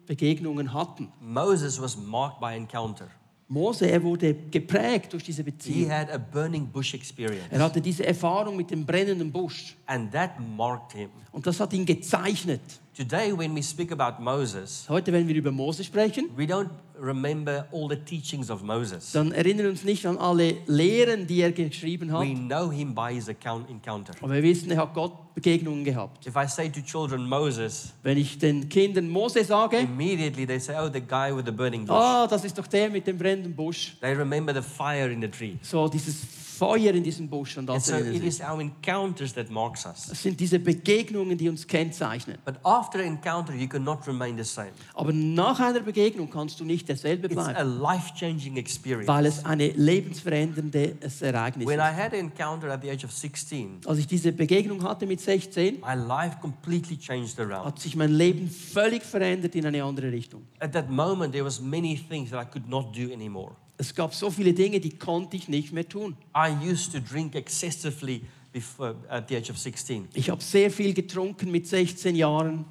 [SPEAKER 1] Begegnungen hatten.
[SPEAKER 2] Moses was marked by encounter.
[SPEAKER 1] Mose, er wurde geprägt durch diese
[SPEAKER 2] He
[SPEAKER 1] Beziehung.
[SPEAKER 2] had a burning bush experience,
[SPEAKER 1] Er hatte diese Erfahrung mit dem brennenden Busch.
[SPEAKER 2] and that marked him.
[SPEAKER 1] Und das hat ihn gezeichnet.
[SPEAKER 2] Today, when we speak about Moses,
[SPEAKER 1] Heute, wenn wir über Mose sprechen,
[SPEAKER 2] we don't remember all the teachings of Moses.
[SPEAKER 1] dann erinnern wir uns nicht an alle Lehren, die er geschrieben hat.
[SPEAKER 2] We know him by his account encounter.
[SPEAKER 1] Aber wir wissen, er hat Gott Begegnungen gehabt.
[SPEAKER 2] If I say to children Moses,
[SPEAKER 1] Wenn ich den Kindern Mose sage,
[SPEAKER 2] immediately they say, "Oh, the guy with the burning bush."
[SPEAKER 1] ah, das ist doch der mit dem brennenden Busch.
[SPEAKER 2] They remember the fire in the tree.
[SPEAKER 1] So dieses Feuer in diesem Busch. Und
[SPEAKER 2] And
[SPEAKER 1] das
[SPEAKER 2] so
[SPEAKER 1] erinnern
[SPEAKER 2] it
[SPEAKER 1] sie.
[SPEAKER 2] is our encounters that marks us.
[SPEAKER 1] Das sind diese Begegnungen, die uns kennzeichnen.
[SPEAKER 2] But after encounter, you cannot remain the same.
[SPEAKER 1] Aber nach einer Begegnung kannst du nicht derselbe
[SPEAKER 2] It's a
[SPEAKER 1] bleiben,
[SPEAKER 2] life-changing experience.
[SPEAKER 1] weil es ein lebensveränderndes Ereignis
[SPEAKER 2] When
[SPEAKER 1] ist.
[SPEAKER 2] I had an encounter at the age of 16,
[SPEAKER 1] Als ich diese Begegnung hatte mit 16,
[SPEAKER 2] my life completely changed around.
[SPEAKER 1] hat sich mein Leben völlig verändert in eine andere Richtung.
[SPEAKER 2] At that moment, there was many things that I could not do anymore.
[SPEAKER 1] Es gab so viele Dinge, die konnte ich nicht mehr tun.
[SPEAKER 2] I used to drink excessively before, at the age of 16.
[SPEAKER 1] Ich habe sehr viel getrunken mit 16 Jahren,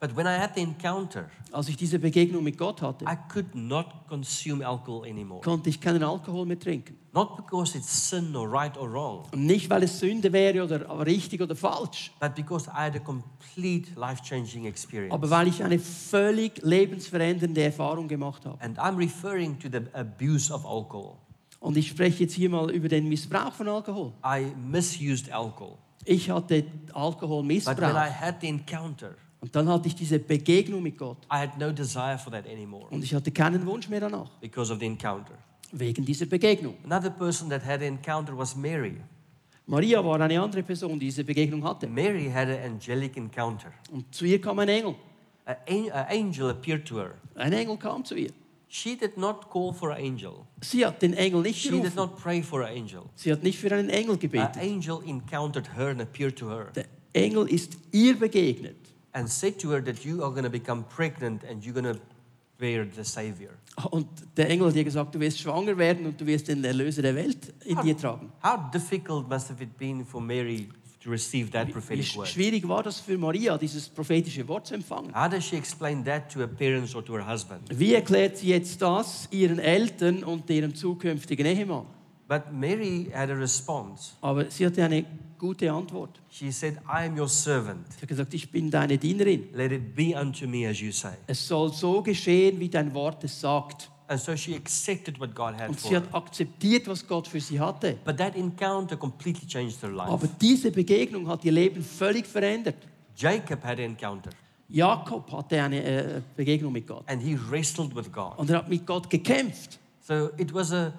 [SPEAKER 2] But when I had the encounter,
[SPEAKER 1] als ich diese Begegnung mit Gott hatte.
[SPEAKER 2] I could not consume alcohol anymore.
[SPEAKER 1] konnte ich keinen Alkohol mehr trinken.
[SPEAKER 2] Not because it's sin or right or wrong,
[SPEAKER 1] Und nicht, weil es Sünde wäre oder richtig oder falsch,
[SPEAKER 2] but because I had a complete life changing experience.
[SPEAKER 1] aber weil ich eine völlig lebensverändernde Erfahrung gemacht habe.
[SPEAKER 2] And I'm referring to the abuse of alcohol.
[SPEAKER 1] Und ich spreche jetzt hier mal über den Missbrauch von Alkohol.
[SPEAKER 2] I misused alcohol.
[SPEAKER 1] Ich hatte
[SPEAKER 2] But when I
[SPEAKER 1] Alkoholmissbrauch
[SPEAKER 2] had the encounter,
[SPEAKER 1] und dann hatte ich diese Begegnung mit Gott
[SPEAKER 2] I had no desire for that anymore
[SPEAKER 1] und ich hatte keinen Wunsch mehr danach,
[SPEAKER 2] because of the encounter.
[SPEAKER 1] wegen dieser Begegnung.
[SPEAKER 2] Another person that had an encounter was Mary.
[SPEAKER 1] Maria war eine andere Person, die diese Begegnung hatte.
[SPEAKER 2] Mary had an angelic encounter.
[SPEAKER 1] Und zu ihr kam ein Engel.
[SPEAKER 2] An an- an angel appeared to her.
[SPEAKER 1] Ein Engel kam zu ihr.
[SPEAKER 2] She did not call for an angel.
[SPEAKER 1] Sie hat den Engel nicht
[SPEAKER 2] She did
[SPEAKER 1] gerufen.
[SPEAKER 2] not pray for an angel.
[SPEAKER 1] Sie hat nicht für einen Engel
[SPEAKER 2] An
[SPEAKER 1] gebetet.
[SPEAKER 2] angel encountered her and appeared to her
[SPEAKER 1] Der Engel ist ihr begegnet.
[SPEAKER 2] and said to her that you are going to become pregnant and you're going to bear the Savior.
[SPEAKER 1] Und der Engel hat ihr gesagt, du wirst schwanger werden und du wirst den Erlöser der Welt in dir tragen.
[SPEAKER 2] How difficult must have it been for Mary to receive that
[SPEAKER 1] Wie
[SPEAKER 2] prophetic
[SPEAKER 1] sch-
[SPEAKER 2] word?
[SPEAKER 1] schwierig war das für Maria, dieses prophetische Wort zu empfangen?
[SPEAKER 2] How does she explain that to her parents or to her husband?
[SPEAKER 1] Wie erklärt sie jetzt das ihren Eltern und ihrem zukünftigen Ehemann?
[SPEAKER 2] But Mary had a response.
[SPEAKER 1] Aber sie hatte eine gute Antwort.
[SPEAKER 2] She said, I am your servant.
[SPEAKER 1] Sie hat gesagt, ich bin deine Dienerin.
[SPEAKER 2] Let it be unto me as you say.
[SPEAKER 1] Es soll so geschehen, wie dein Wort es sagt.
[SPEAKER 2] And so she accepted what God had
[SPEAKER 1] Und
[SPEAKER 2] for
[SPEAKER 1] sie
[SPEAKER 2] her.
[SPEAKER 1] hat akzeptiert, was Gott für sie hatte.
[SPEAKER 2] But that encounter completely changed her life.
[SPEAKER 1] Aber diese Begegnung hat ihr Leben völlig verändert.
[SPEAKER 2] Jacob had an encounter
[SPEAKER 1] Jakob hatte eine äh, Begegnung mit Gott.
[SPEAKER 2] and he wrestled with God.
[SPEAKER 1] Und er hat mit Gott gekämpft.
[SPEAKER 2] So it was a,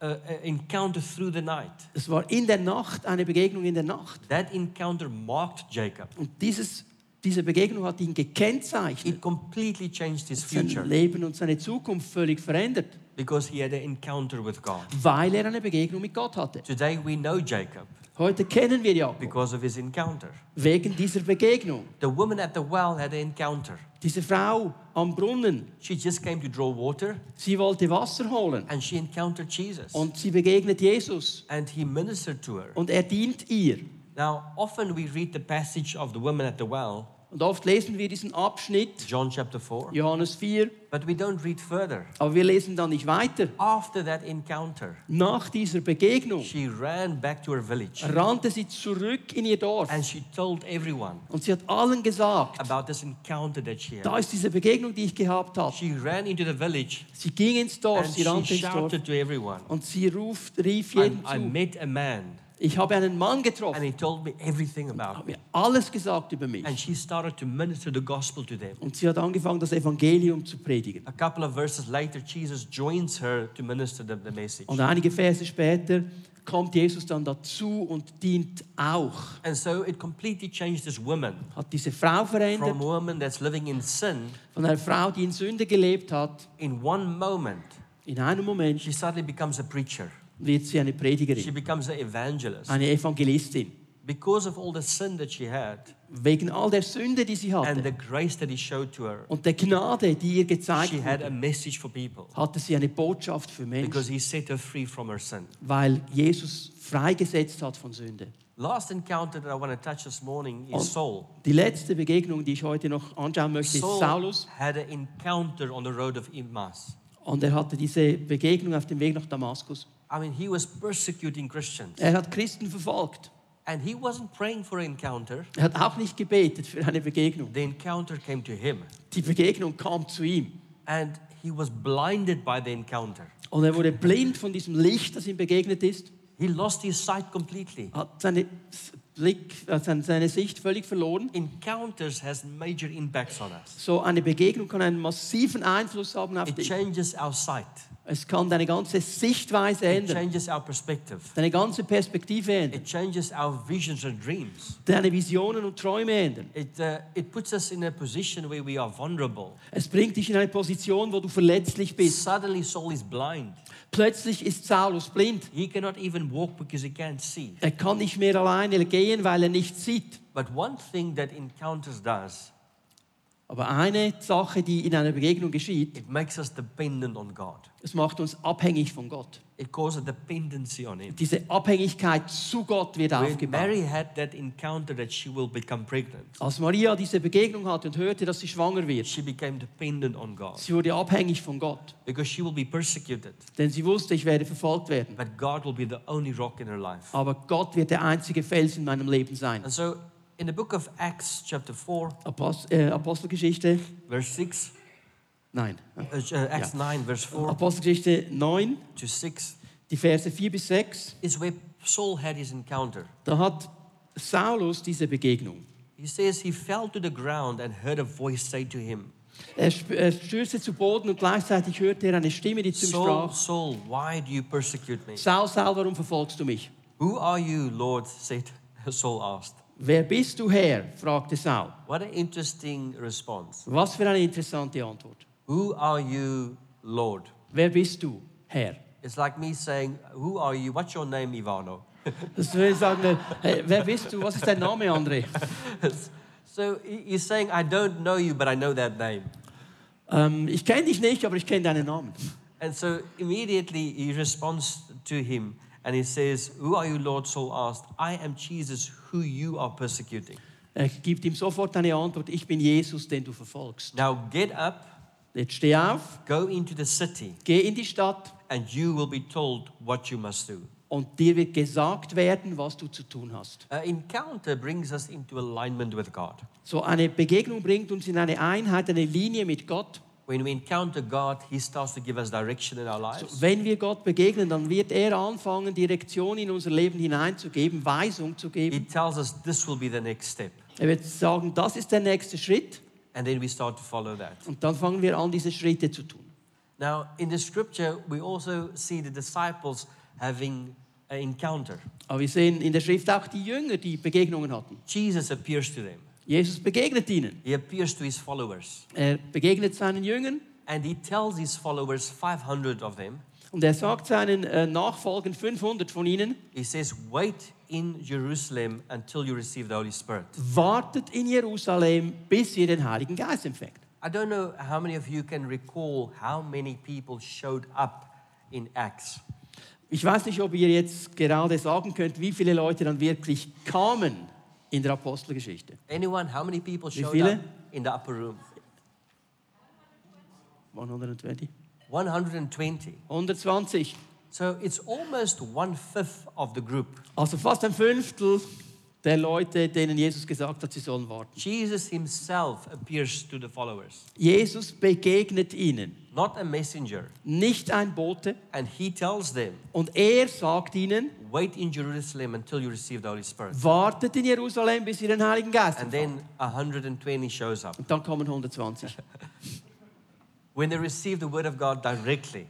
[SPEAKER 2] a, a encounter through the night.
[SPEAKER 1] Es war in der Nacht, eine Begegnung in der Nacht.
[SPEAKER 2] That encounter marked Jacob.
[SPEAKER 1] Und dieses, diese Begegnung hat ihn gekennzeichnet.
[SPEAKER 2] It completely changed his
[SPEAKER 1] Sein
[SPEAKER 2] future
[SPEAKER 1] Leben und seine Zukunft völlig verändert,
[SPEAKER 2] because he had an encounter with God.
[SPEAKER 1] weil er eine Begegnung mit Gott hatte.
[SPEAKER 2] Today we know Jacob
[SPEAKER 1] Heute kennen wir Jakob
[SPEAKER 2] because of his encounter.
[SPEAKER 1] wegen dieser Begegnung.
[SPEAKER 2] The woman at the well had an encounter.
[SPEAKER 1] Diese Frau am Brunnen,
[SPEAKER 2] She just came to draw water
[SPEAKER 1] sie wollte Wasser holen
[SPEAKER 2] and she encountered Jesus
[SPEAKER 1] und sie begegnet Jesus
[SPEAKER 2] and he ministered to her.
[SPEAKER 1] und er dient ihr.
[SPEAKER 2] Now, often we read the passage of the woman at the well,
[SPEAKER 1] Und oft lesen wir diesen Abschnitt,
[SPEAKER 2] John chapter 4,
[SPEAKER 1] Johannes 4,
[SPEAKER 2] but we don't read further.
[SPEAKER 1] aber wir lesen dann nicht weiter.
[SPEAKER 2] After that encounter,
[SPEAKER 1] Nach dieser Begegnung
[SPEAKER 2] she ran back to her village
[SPEAKER 1] rannte sie zurück in ihr Dorf
[SPEAKER 2] and she told everyone
[SPEAKER 1] Und sie hat allen gesagt,
[SPEAKER 2] about this encounter that she had.
[SPEAKER 1] da ist diese Begegnung, die ich gehabt habe.
[SPEAKER 2] She ran into the village
[SPEAKER 1] Sie ging ins Dorf,
[SPEAKER 2] and
[SPEAKER 1] sie
[SPEAKER 2] she
[SPEAKER 1] rannte ins Dorf
[SPEAKER 2] shouted to everyone,
[SPEAKER 1] und sie ruft, rief
[SPEAKER 2] I,
[SPEAKER 1] jedem
[SPEAKER 2] I
[SPEAKER 1] zu.
[SPEAKER 2] met a man
[SPEAKER 1] Ich habe einen Mann
[SPEAKER 2] and
[SPEAKER 1] getroffen,
[SPEAKER 2] he told me everything about
[SPEAKER 1] habe
[SPEAKER 2] me.
[SPEAKER 1] mir alles gesagt über mich.
[SPEAKER 2] And she started to minister the gospel to them.
[SPEAKER 1] Und sie hat angefangen, das Evangelium zu predigen.
[SPEAKER 2] A couple of verses later, Jesus joins her to minister the, the message.
[SPEAKER 1] Und einige Verse später kommt Jesus dann dazu und dient auch.
[SPEAKER 2] And so it completely changed this woman
[SPEAKER 1] Hat diese Frau
[SPEAKER 2] from
[SPEAKER 1] verändert,
[SPEAKER 2] a woman that's living in sin.
[SPEAKER 1] von einer Frau, die in Sünde gelebt hat.
[SPEAKER 2] In one moment,
[SPEAKER 1] In einem Moment
[SPEAKER 2] she suddenly becomes a preacher.
[SPEAKER 1] wird sie eine
[SPEAKER 2] She
[SPEAKER 1] Predigerin,
[SPEAKER 2] becomes an evangelist.
[SPEAKER 1] eine Evangelistin.
[SPEAKER 2] Because of all the sin that she had
[SPEAKER 1] Wegen all der Sünde, die sie hatte.
[SPEAKER 2] and the grace that he showed to her,
[SPEAKER 1] Und der Gnade, die ihr gezeigt
[SPEAKER 2] she had a
[SPEAKER 1] wurde,
[SPEAKER 2] message for people
[SPEAKER 1] hatte sie eine Botschaft für
[SPEAKER 2] because
[SPEAKER 1] Menschen,
[SPEAKER 2] he set her free from her sin.
[SPEAKER 1] weil Jesus freigesetzt hat von Sünde.
[SPEAKER 2] Last encounter that I want to touch this morning
[SPEAKER 1] Und-
[SPEAKER 2] is Saul.
[SPEAKER 1] Die letzte Begegnung, die ich heute noch anschauen möchte, ist
[SPEAKER 2] Saul
[SPEAKER 1] Saulus.
[SPEAKER 2] had an encounter on the road of Emmaus.
[SPEAKER 1] Und er hatte diese Begegnung auf dem Weg nach Damaskus.
[SPEAKER 2] I mean, he was persecuting Christians.
[SPEAKER 1] Er hat Christen verfolgt.
[SPEAKER 2] And he wasn't praying for an encounter.
[SPEAKER 1] Er hat auch nicht gebetet für eine Begegnung.
[SPEAKER 2] The encounter came to him.
[SPEAKER 1] Die Begegnung kam zu ihm.
[SPEAKER 2] And he was blinded by the encounter.
[SPEAKER 1] Und er wurde blind von diesem Licht, das ihm begegnet ist,
[SPEAKER 2] He lost his sight completely.
[SPEAKER 1] hat seine, Blick, äh, seine- seine Sicht völlig verloren.
[SPEAKER 2] Encounters has major impacts on us.
[SPEAKER 1] So eine Begegnung kann einen massiven Einfluss haben auf
[SPEAKER 2] It
[SPEAKER 1] dich.
[SPEAKER 2] changes our sight.
[SPEAKER 1] Es kann deine ganze Sichtweise
[SPEAKER 2] It
[SPEAKER 1] ändern,
[SPEAKER 2] changes our perspective.
[SPEAKER 1] deine ganze Perspektive ändern,
[SPEAKER 2] It changes our visions and dreams.
[SPEAKER 1] deine Visionen und Träume ändern.
[SPEAKER 2] It, uh, it puts us in a position where we are vulnerable.
[SPEAKER 1] Es bringt dich in eine Position, wo du verletzlich bist.
[SPEAKER 2] Suddenly, Saul is blind.
[SPEAKER 1] Plötzlich ist Saulus blind.
[SPEAKER 2] He cannot even walk because he can't see.
[SPEAKER 1] Er kann nicht mehr alleine gehen, weil er nichts sieht.
[SPEAKER 2] But one thing that encounters does
[SPEAKER 1] Aber eine Sache, die in einer Begegnung geschieht,
[SPEAKER 2] It makes us dependent on God.
[SPEAKER 1] es macht uns abhängig von Gott.
[SPEAKER 2] It causes a dependency on Him.
[SPEAKER 1] Diese Abhängigkeit zu Gott wird
[SPEAKER 2] When
[SPEAKER 1] aufgebaut.
[SPEAKER 2] Mary had that encounter that she will become pregnant,
[SPEAKER 1] Als Maria diese Begegnung hatte und hörte, dass sie schwanger wird,
[SPEAKER 2] she became dependent on God
[SPEAKER 1] sie wurde abhängig von Gott.
[SPEAKER 2] because she will be persecuted.
[SPEAKER 1] Denn sie wusste, ich werde verfolgt werden.
[SPEAKER 2] But God will be the only rock in her life.
[SPEAKER 1] Aber Gott wird der einzige Fels in meinem Leben sein.
[SPEAKER 2] And so, in the book of Acts, chapter 4,
[SPEAKER 1] Apost äh, Apostelgeschichte,
[SPEAKER 2] verse 6,
[SPEAKER 1] nein.
[SPEAKER 2] uh, ch- uh, Acts 9, verse 4
[SPEAKER 1] Apostelgeschichte 9,
[SPEAKER 2] to 6,
[SPEAKER 1] die Verse 4 bis 6.
[SPEAKER 2] is where Saul had his encounter.
[SPEAKER 1] Da hat Saulus diese Begegnung.
[SPEAKER 2] He says he fell to the ground and heard a voice say to him,
[SPEAKER 1] Er, sp- er stürzte zu Boden und gleichzeitig hörte er eine Stimme, die zu ihm
[SPEAKER 2] Saul,
[SPEAKER 1] sprach:
[SPEAKER 2] Saul, why do you persecute me?
[SPEAKER 1] Saul, Saul, warum verfolgst du mich?
[SPEAKER 2] Who are you, Lord? said Saul asked.
[SPEAKER 1] Wer bist du, Herr? fragte Saul.
[SPEAKER 2] What an interesting response.
[SPEAKER 1] Was für eine interessante Antwort.
[SPEAKER 2] Who are you, Lord?
[SPEAKER 1] Wer bist du, Herr?
[SPEAKER 2] It's like me saying, Who are you? What's your name, Ivano?
[SPEAKER 1] Das will sagen, hey, wer bist du? Was ist dein Name, André?
[SPEAKER 2] so he- he's saying, I don't know you, but I know that name.
[SPEAKER 1] Ähm, ich kenne dich nicht, aber ich kenne deinen Namen.
[SPEAKER 2] And so immediately he responds to him and he says, Who are you, Lord? Saul asked, I am Jesus, who you are persecuting.
[SPEAKER 1] Er gibt ihm sofort eine Antwort: Ich bin Jesus, den du verfolgst.
[SPEAKER 2] Now get up,
[SPEAKER 1] Jetzt steh auf,
[SPEAKER 2] go into the city,
[SPEAKER 1] geh in die Stadt
[SPEAKER 2] and you will be told what you must do.
[SPEAKER 1] und dir wird gesagt werden, was du zu tun hast.
[SPEAKER 2] An encounter brings us into alignment with God.
[SPEAKER 1] So eine Begegnung bringt uns in eine Einheit, eine Linie mit Gott.
[SPEAKER 2] When we encounter God, He starts to give us direction in our
[SPEAKER 1] So,
[SPEAKER 2] lives.
[SPEAKER 1] wenn wir Gott begegnen, dann wird er anfangen, Direktion in unser Leben hineinzugeben, Weisung zu
[SPEAKER 2] He
[SPEAKER 1] geben.
[SPEAKER 2] tells us this will be the next step.
[SPEAKER 1] Er wird sagen, das ist der nächste Schritt.
[SPEAKER 2] And then we start to follow that.
[SPEAKER 1] Und dann fangen wir an, diese Schritte zu tun.
[SPEAKER 2] Now, in the scripture, we also see the disciples having an encounter.
[SPEAKER 1] Aber wir sehen in der Schrift auch die Jünger, die Begegnungen hatten.
[SPEAKER 2] Jesus appears to them,
[SPEAKER 1] Jesus begegnet ihnen.
[SPEAKER 2] He appears to His followers,
[SPEAKER 1] Er begegnet seinen Jüngern
[SPEAKER 2] and He tells His followers, 500 of them,
[SPEAKER 1] und er sagt seinen äh, Nachfolgern, 500 von ihnen,
[SPEAKER 2] He says, Wait in Jerusalem until you receive the Holy Spirit.
[SPEAKER 1] wartet in Jerusalem, bis ihr den Heiligen Geist empfängt.
[SPEAKER 2] I don't know how many of you can recall how many people showed up in Acts.
[SPEAKER 1] Ich weiß nicht, ob ihr jetzt gerade sagen könnt, wie viele Leute dann wirklich kamen in der Apostelgeschichte.
[SPEAKER 2] Anyone, how many people
[SPEAKER 1] Wie
[SPEAKER 2] showed
[SPEAKER 1] viele?
[SPEAKER 2] up in the upper room?
[SPEAKER 1] 120?
[SPEAKER 2] 120.
[SPEAKER 1] 120.
[SPEAKER 2] So it's almost one fifth of the group.
[SPEAKER 1] Also fast ein Fünftel der Leute, denen Jesus gesagt hat, sie sollen warten.
[SPEAKER 2] Jesus himself appears to the followers,
[SPEAKER 1] Jesus begegnet ihnen,
[SPEAKER 2] not a messenger.
[SPEAKER 1] nicht ein Bote.
[SPEAKER 2] And he tells them,
[SPEAKER 1] Und er sagt ihnen,
[SPEAKER 2] Wait in Jerusalem until you receive the Holy Spirit.
[SPEAKER 1] wartet in Jerusalem, bis ihr den Heiligen Geist
[SPEAKER 2] And
[SPEAKER 1] empfangt.
[SPEAKER 2] then 120 shows up.
[SPEAKER 1] Und dann kommen 120.
[SPEAKER 2] When they receive the word of God directly,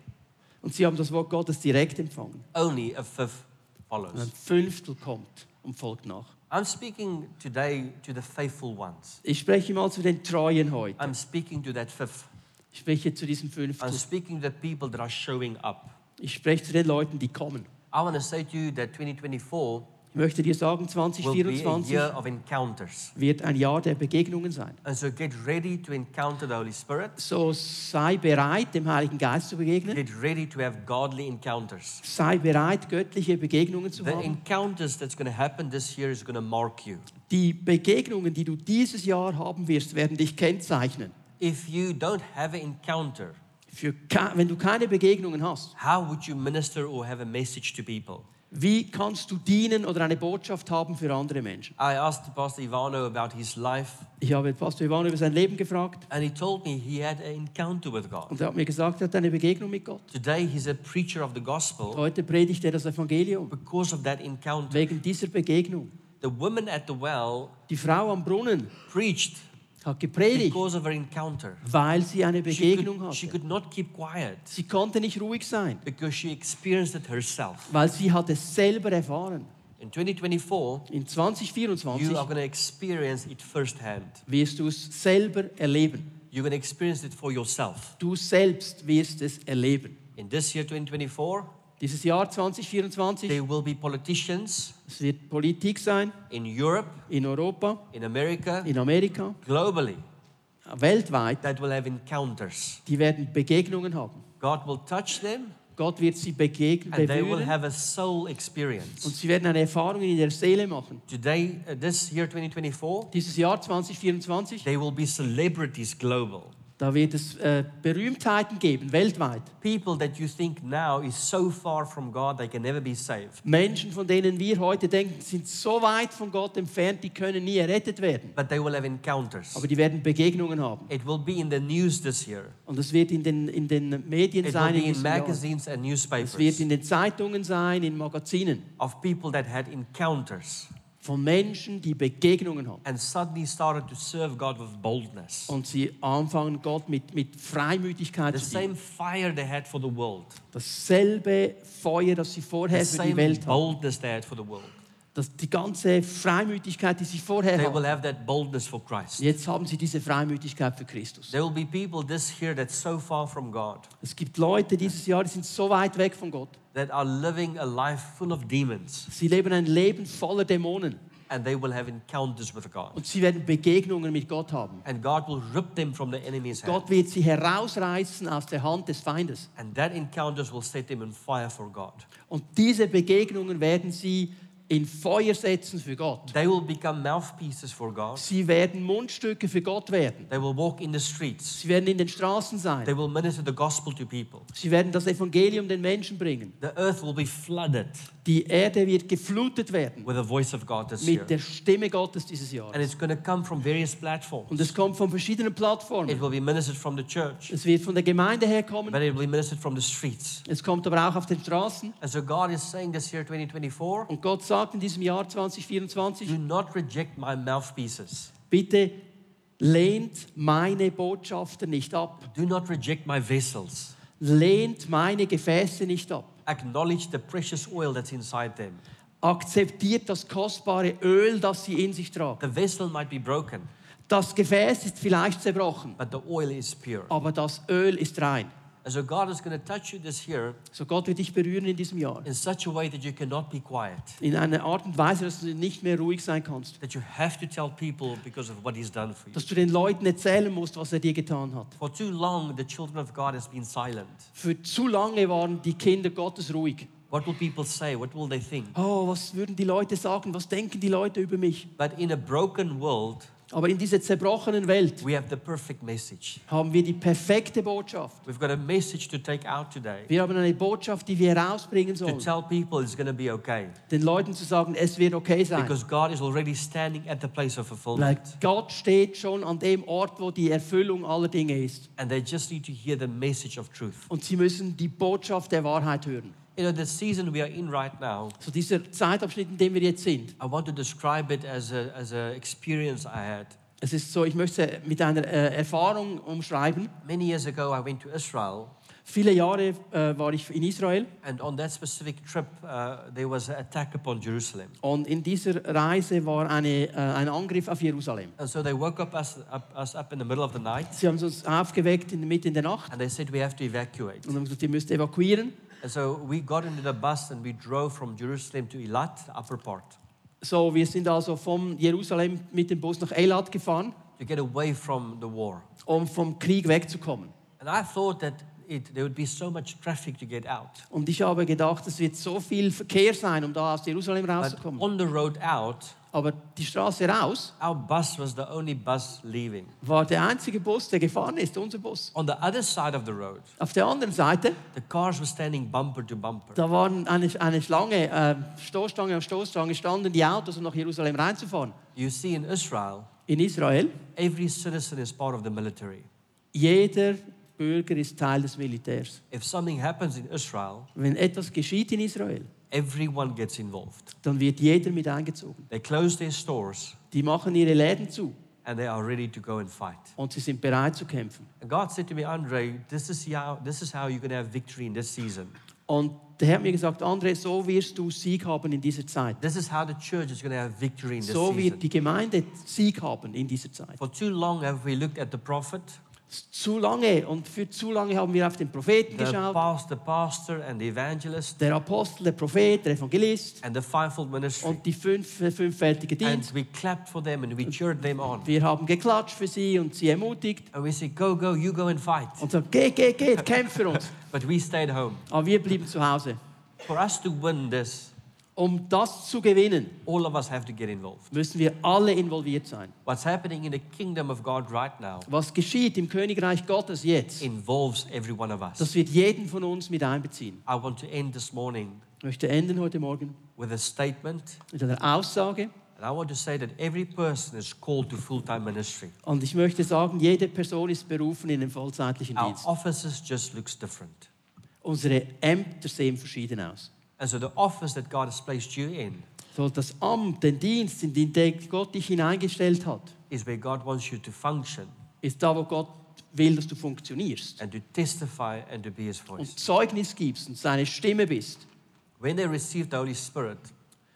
[SPEAKER 1] Und sie haben das Wort Gottes direkt empfangen.
[SPEAKER 2] only a fifth
[SPEAKER 1] Und ein
[SPEAKER 2] follows.
[SPEAKER 1] Fünftel kommt und folgt nach.
[SPEAKER 2] I'm speaking today to the faithful ones.
[SPEAKER 1] Ich spreche mal zu den Treuen heute.
[SPEAKER 2] I'm speaking to that fifth.
[SPEAKER 1] Ich spreche zu diesem
[SPEAKER 2] I'm
[SPEAKER 1] Fünftel.
[SPEAKER 2] speaking to the people that are showing up.
[SPEAKER 1] Ich spreche zu den Leuten, die kommen.
[SPEAKER 2] I want to say to you that 2024
[SPEAKER 1] Ich möchte dir sagen,
[SPEAKER 2] will be a year
[SPEAKER 1] 2024
[SPEAKER 2] of encounters.
[SPEAKER 1] wird ein Jahr der Begegnungen sein.
[SPEAKER 2] And so get ready to encounter the Holy Spirit.
[SPEAKER 1] So sei bereit, dem Heiligen Geist zu begegnen.
[SPEAKER 2] Get ready to have godly encounters.
[SPEAKER 1] Sei bereit, göttliche Begegnungen zu
[SPEAKER 2] The
[SPEAKER 1] haben.
[SPEAKER 2] encounters that's going to happen this year is going to mark you.
[SPEAKER 1] Die Begegnungen, die du dieses Jahr haben wirst, werden dich kennzeichnen.
[SPEAKER 2] If you don't have an encounter,
[SPEAKER 1] Für ke- wenn du keine Begegnungen hast,
[SPEAKER 2] how would you minister or have a message to people?
[SPEAKER 1] wie kannst du dienen oder eine Botschaft haben für andere Menschen?
[SPEAKER 2] I asked Pastor Ivano about his life,
[SPEAKER 1] Ich habe Pastor Ivan über sein Leben gefragt
[SPEAKER 2] and he told me he had an encounter with God.
[SPEAKER 1] und er hat mir gesagt, er hat eine Begegnung mit Gott.
[SPEAKER 2] Today, he's a preacher of the gospel
[SPEAKER 1] Heute predigt er das Evangelium
[SPEAKER 2] because of that encounter.
[SPEAKER 1] wegen dieser Begegnung.
[SPEAKER 2] The woman at the well
[SPEAKER 1] Die Frau am Brunnen
[SPEAKER 2] preached
[SPEAKER 1] hat gepredigt,
[SPEAKER 2] because of her encounter.
[SPEAKER 1] weil sie eine
[SPEAKER 2] She
[SPEAKER 1] Begegnung
[SPEAKER 2] could, she
[SPEAKER 1] hatte.
[SPEAKER 2] could not keep quiet
[SPEAKER 1] Sie konnte nicht ruhig sein,
[SPEAKER 2] because she experienced it herself.
[SPEAKER 1] weil sie hat es selber erfahren.
[SPEAKER 2] In 2024,
[SPEAKER 1] In
[SPEAKER 2] you are
[SPEAKER 1] 2024
[SPEAKER 2] going to experience it firsthand.
[SPEAKER 1] wirst du es selber erleben.
[SPEAKER 2] You're going to experience it for yourself.
[SPEAKER 1] Du selbst wirst es erleben.
[SPEAKER 2] In this year, 2024,
[SPEAKER 1] Dieses Jahr 2024,
[SPEAKER 2] there will be politicians
[SPEAKER 1] es wird Politik sein
[SPEAKER 2] in Europe,
[SPEAKER 1] in Europa,
[SPEAKER 2] in America,
[SPEAKER 1] in Amerika,
[SPEAKER 2] globally,
[SPEAKER 1] weltweit,
[SPEAKER 2] that will have encounters.
[SPEAKER 1] die werden Begegnungen haben.
[SPEAKER 2] God will touch them
[SPEAKER 1] Gott wird sie begegnen,
[SPEAKER 2] and they will
[SPEAKER 1] berühren
[SPEAKER 2] have a soul
[SPEAKER 1] und
[SPEAKER 2] experience.
[SPEAKER 1] sie werden eine Erfahrung in ihrer Seele machen.
[SPEAKER 2] Today, uh, this year 2024,
[SPEAKER 1] Dieses Jahr 2024,
[SPEAKER 2] they will be celebrities global.
[SPEAKER 1] da wird es äh, Berühmtheiten geben, weltweit.
[SPEAKER 2] People that you think now is so far from God they can never be saved.
[SPEAKER 1] Menschen, von denen wir heute denken, sind so weit von Gott entfernt, die können nie errettet werden.
[SPEAKER 2] But they will have encounters.
[SPEAKER 1] Aber die werden Begegnungen haben.
[SPEAKER 2] It will be in the news this year.
[SPEAKER 1] Und das wird in den, in den Medien
[SPEAKER 2] It will
[SPEAKER 1] sein, in
[SPEAKER 2] be in
[SPEAKER 1] diesem Jahr.
[SPEAKER 2] magazines and
[SPEAKER 1] es wird
[SPEAKER 2] newspapers
[SPEAKER 1] in den Zeitungen sein, in Magazinen.
[SPEAKER 2] of people that had encounters
[SPEAKER 1] Von Menschen, die Begegnungen haben.
[SPEAKER 2] and suddenly started to serve God with boldness.
[SPEAKER 1] Und sie anfangen, Gott mit, mit Freimütigkeit
[SPEAKER 2] The
[SPEAKER 1] zu dienen.
[SPEAKER 2] same fire they had for the world,
[SPEAKER 1] Dasselbe Feuer, das sie
[SPEAKER 2] the
[SPEAKER 1] vorher für die
[SPEAKER 2] same
[SPEAKER 1] Welt haben.
[SPEAKER 2] boldness they had for the world.
[SPEAKER 1] Das, die ganze Freimütigkeit, die sie vorher
[SPEAKER 2] They will
[SPEAKER 1] haben.
[SPEAKER 2] have that boldness for Christ.
[SPEAKER 1] Jetzt haben sie diese Freimütigkeit für Christus.
[SPEAKER 2] There will be people this year that's so far from God
[SPEAKER 1] Es gibt Leute dieses Jahr, die sind so weit weg von Gott.
[SPEAKER 2] that are living a life full of demons
[SPEAKER 1] Sie leben ein Leben voller Dämonen.
[SPEAKER 2] and they will have encounters with God.
[SPEAKER 1] Und sie werden Begegnungen mit Gott haben.
[SPEAKER 2] And God will rip them from the enemy's hand.
[SPEAKER 1] Gott wird sie herausreißen aus der Hand des Feindes.
[SPEAKER 2] And that encounters will set them on fire for God.
[SPEAKER 1] Und diese Begegnungen werden sie in Feuer setzen für Gott.
[SPEAKER 2] They will become mouthpieces for God.
[SPEAKER 1] Sie werden Mundstücke für Gott werden.
[SPEAKER 2] They will walk in the streets.
[SPEAKER 1] Sie werden in den Straßen
[SPEAKER 2] They
[SPEAKER 1] sein.
[SPEAKER 2] will minister the gospel to people.
[SPEAKER 1] Sie werden das Evangelium den Menschen bringen.
[SPEAKER 2] The earth will be flooded
[SPEAKER 1] Die Erde wird geflutet werden
[SPEAKER 2] with the voice of God this year.
[SPEAKER 1] mit der Stimme Gottes dieses Jahr.
[SPEAKER 2] And it's going to come from various
[SPEAKER 1] Und
[SPEAKER 2] platforms.
[SPEAKER 1] es kommt von verschiedenen
[SPEAKER 2] It
[SPEAKER 1] Plattformen.
[SPEAKER 2] will be ministered from the church,
[SPEAKER 1] Es wird von der Gemeinde herkommen.
[SPEAKER 2] but it will be ministered from the streets.
[SPEAKER 1] Es kommt aber auch auf den Straßen.
[SPEAKER 2] And so God is saying this year, 2024,
[SPEAKER 1] Und Gott sagt in diesem Jahr 2024,
[SPEAKER 2] do not reject my mouthpieces.
[SPEAKER 1] Bitte lehnt meine Botschafter nicht ab.
[SPEAKER 2] Do not reject my vessels.
[SPEAKER 1] Lehnt meine Gefäße nicht ab.
[SPEAKER 2] Acknowledge the precious oil that's inside them.
[SPEAKER 1] Akzeptiert das kostbare Öl, das sie in sich tragen.
[SPEAKER 2] The vessel might be broken,
[SPEAKER 1] Das Gefäß ist vielleicht zerbrochen,
[SPEAKER 2] but the oil is pure.
[SPEAKER 1] aber das Öl ist rein.
[SPEAKER 2] And so God is going to touch you this year
[SPEAKER 1] So Gott wird dich berühren in diesem Jahr.
[SPEAKER 2] in such a way that you cannot be quiet,
[SPEAKER 1] In einer Art und Weise, dass du nicht mehr ruhig sein kannst.
[SPEAKER 2] that you have to tell people because of what He's done for you.
[SPEAKER 1] Dass du den Leuten erzählen musst, was er dir getan hat.
[SPEAKER 2] For too long, the children of God has been silent.
[SPEAKER 1] Für zu lange waren die Kinder Gottes ruhig.
[SPEAKER 2] What will people say? What will they think?
[SPEAKER 1] Oh, was würden die Leute sagen? Was denken die Leute über mich?
[SPEAKER 2] But in a broken world,
[SPEAKER 1] Aber in dieser zerbrochenen Welt
[SPEAKER 2] we have the perfect message.
[SPEAKER 1] haben wir die perfekte Botschaft.
[SPEAKER 2] We've got a message to take out today
[SPEAKER 1] Wir haben eine Botschaft, die wir herausbringen
[SPEAKER 2] to
[SPEAKER 1] sollen,
[SPEAKER 2] tell people it's going to be okay
[SPEAKER 1] den Leuten zu sagen, es wird okay sein.
[SPEAKER 2] because God is already standing at the place of
[SPEAKER 1] Weil
[SPEAKER 2] fulfillment.
[SPEAKER 1] Gott steht schon an dem Ort, wo die Erfüllung aller Dinge ist.
[SPEAKER 2] And they just need to hear the message of truth.
[SPEAKER 1] Und sie müssen die Botschaft der Wahrheit hören.
[SPEAKER 2] You know, the season we are in right now,
[SPEAKER 1] So dieser Zeitabschnitt, in dem wir jetzt sind,
[SPEAKER 2] I want to describe it as an as a experience I had.
[SPEAKER 1] es ist so, ich möchte es mit einer äh, Erfahrung umschreiben.
[SPEAKER 2] Many years ago, I went to Israel,
[SPEAKER 1] Viele Jahre äh, war ich in Israel
[SPEAKER 2] and on that specific trip, uh, there was an attack upon Jerusalem.
[SPEAKER 1] und in dieser Reise war eine, äh, ein Angriff auf Jerusalem.
[SPEAKER 2] And so they woke up us, up, us up in the middle of the night,
[SPEAKER 1] Sie haben uns aufgeweckt in, mitten in der Nacht
[SPEAKER 2] and they said we have to evacuate.
[SPEAKER 1] und haben gesagt, ihr müsst evakuieren.
[SPEAKER 2] And so we got into the bus and we drove from Jerusalem to Eilat, the upper part,
[SPEAKER 1] So, wir sind also von Jerusalem mit dem Bus nach Eilat gefahren,
[SPEAKER 2] to get away from the war.
[SPEAKER 1] um vom Krieg wegzukommen.
[SPEAKER 2] And I thought that it, there would be so much traffic to get out.
[SPEAKER 1] Und ich habe gedacht, es wird so viel Verkehr sein, um da aus Jerusalem
[SPEAKER 2] But
[SPEAKER 1] rauszukommen.
[SPEAKER 2] on the road out,
[SPEAKER 1] Aber die Straße raus
[SPEAKER 2] our bus was the only bus leaving.
[SPEAKER 1] war der einzige Bus, der gefahren ist, unser Bus.
[SPEAKER 2] On the other side of the road,
[SPEAKER 1] Auf der anderen Seite,
[SPEAKER 2] the cars were standing bumper to bumper.
[SPEAKER 1] da waren eine, eine Schlange, äh, Stoßstange an Stoßstange, standen die Autos, um nach Jerusalem reinzufahren.
[SPEAKER 2] You see, in Israel,
[SPEAKER 1] In Israel,
[SPEAKER 2] every citizen is part of the military.
[SPEAKER 1] jeder Bürger ist Teil des Militärs.
[SPEAKER 2] If something happens in Israel,
[SPEAKER 1] Wenn etwas geschieht in Israel,
[SPEAKER 2] everyone gets involved.
[SPEAKER 1] dann wird jeder mit eingezogen.
[SPEAKER 2] They close their stores
[SPEAKER 1] Die machen ihre Läden zu.
[SPEAKER 2] and they are ready to go and fight.
[SPEAKER 1] und sie sind bereit zu kämpfen.
[SPEAKER 2] And God said to me, Andre, this is how, this is how you're going to have victory in this season.
[SPEAKER 1] Und der Herr hat mir gesagt, André, so wirst du Sieg haben in dieser Zeit.
[SPEAKER 2] This is how the church is going to have victory in this
[SPEAKER 1] So
[SPEAKER 2] season.
[SPEAKER 1] wird die Gemeinde Sieg haben in dieser Zeit.
[SPEAKER 2] For too long have we looked at the prophet
[SPEAKER 1] zu lange und für zu lange haben wir auf den Propheten
[SPEAKER 2] The,
[SPEAKER 1] geschaut.
[SPEAKER 2] past, the pastor and the evangelist
[SPEAKER 1] Der Apostel, der Prophet, der Evangelist
[SPEAKER 2] and the fivefold ministry.
[SPEAKER 1] und die fünf, äh, fünffältige
[SPEAKER 2] And
[SPEAKER 1] Dienst.
[SPEAKER 2] we clapped for them and we cheered them on.
[SPEAKER 1] Wir haben geklatscht für sie und sie ermutigt
[SPEAKER 2] And we said, Go, go, you go and fight.
[SPEAKER 1] und gesagt, geht, geht, geht, kämpft für uns.
[SPEAKER 2] But we stayed home.
[SPEAKER 1] Aber wir blieben zu Hause.
[SPEAKER 2] For us to win this,
[SPEAKER 1] Um das zu gewinnen,
[SPEAKER 2] all of us have to get involved.
[SPEAKER 1] müssen wir alle involviert sein.
[SPEAKER 2] What's happening in the kingdom of God right now
[SPEAKER 1] Was geschieht im Königreich Gottes jetzt,
[SPEAKER 2] involves every one of us.
[SPEAKER 1] das wird jeden von uns mit einbeziehen.
[SPEAKER 2] I want to end this morning
[SPEAKER 1] Ich möchte enden heute Morgen
[SPEAKER 2] with a statement.
[SPEAKER 1] mit einer Aussage.
[SPEAKER 2] And I want to say that every person is called to full time ministry.
[SPEAKER 1] Und ich möchte sagen, jede Person ist berufen in den vollzeitlichen
[SPEAKER 2] Our
[SPEAKER 1] Dienst.
[SPEAKER 2] offices just looks different.
[SPEAKER 1] Unsere Ämter sehen verschieden aus.
[SPEAKER 2] And so the office that God has placed you in
[SPEAKER 1] So das Amt, den Dienst, in den der Gott dich hineingestellt hat,
[SPEAKER 2] is where God wants you to function
[SPEAKER 1] ist da, wo Gott will, dass du funktionierst
[SPEAKER 2] and to testify and to be his voice.
[SPEAKER 1] und Zeugnis gibst und seine Stimme bist.
[SPEAKER 2] When they received the Holy Spirit,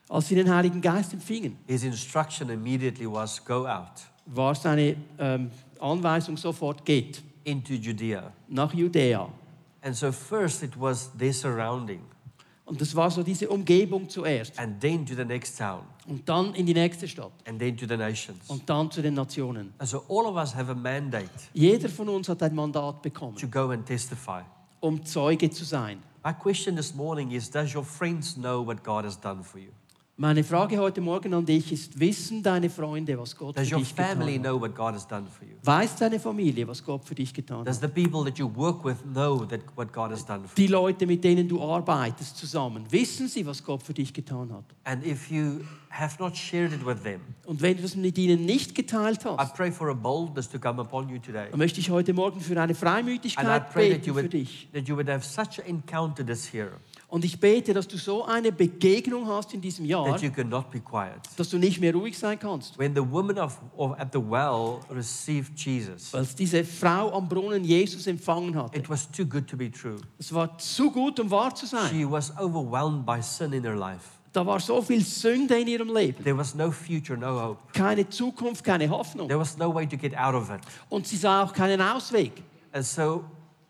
[SPEAKER 1] Als sie den Heiligen Geist empfingen,
[SPEAKER 2] his instruction immediately was go out
[SPEAKER 1] war seine ähm, Anweisung sofort, geht
[SPEAKER 2] into Judea.
[SPEAKER 1] nach Judäa.
[SPEAKER 2] And so first it was their surrounding
[SPEAKER 1] Und das war so diese Umgebung zuerst.
[SPEAKER 2] and then to the next town
[SPEAKER 1] Und dann in die nächste Stadt.
[SPEAKER 2] and then to the nations.
[SPEAKER 1] Und dann zu den Nationen.
[SPEAKER 2] And so all of us have a mandate
[SPEAKER 1] Jeder von uns hat ein Mandat bekommen,
[SPEAKER 2] to go and testify.
[SPEAKER 1] um Zeuge zu sein.
[SPEAKER 2] My question this morning is Does your friends know what God has done for you?
[SPEAKER 1] Meine Frage heute Morgen an dich ist, wissen deine Freunde, was Gott
[SPEAKER 2] Does
[SPEAKER 1] für
[SPEAKER 2] your
[SPEAKER 1] dich getan
[SPEAKER 2] family
[SPEAKER 1] hat?
[SPEAKER 2] know what God has done for you?
[SPEAKER 1] Weiß deine Familie, was Gott für dich getan hat?
[SPEAKER 2] Does the people that you work with know that what God has done for you?
[SPEAKER 1] Die Leute, mit denen du arbeitest zusammen, wissen sie, was Gott für dich getan hat?
[SPEAKER 2] And if you have not shared it with them,
[SPEAKER 1] Und wenn du das mit ihnen nicht geteilt
[SPEAKER 2] I
[SPEAKER 1] hast,
[SPEAKER 2] pray for a boldness to come upon you today.
[SPEAKER 1] dann möchte ich heute Morgen für eine
[SPEAKER 2] And I
[SPEAKER 1] Freimütigkeit
[SPEAKER 2] pray that you
[SPEAKER 1] beten für
[SPEAKER 2] would,
[SPEAKER 1] dich.
[SPEAKER 2] that you would have such an encounter this year
[SPEAKER 1] Und ich bete, dass du so eine Begegnung hast in diesem Jahr,
[SPEAKER 2] that you cannot be quiet.
[SPEAKER 1] dass du nicht mehr ruhig sein kannst.
[SPEAKER 2] When the woman of, of, at the well received Jesus,
[SPEAKER 1] Als diese Frau am Brunnen Jesus empfangen hatte,
[SPEAKER 2] it was too good to be true.
[SPEAKER 1] es war zu gut, um wahr zu sein.
[SPEAKER 2] She was overwhelmed by sin in her life.
[SPEAKER 1] Da war so viel Sünde in ihrem Leben.
[SPEAKER 2] There was no future, no hope.
[SPEAKER 1] Keine Zukunft, keine Hoffnung.
[SPEAKER 2] There was no way to get out of it.
[SPEAKER 1] Und sie sah auch keinen Ausweg.
[SPEAKER 2] And so,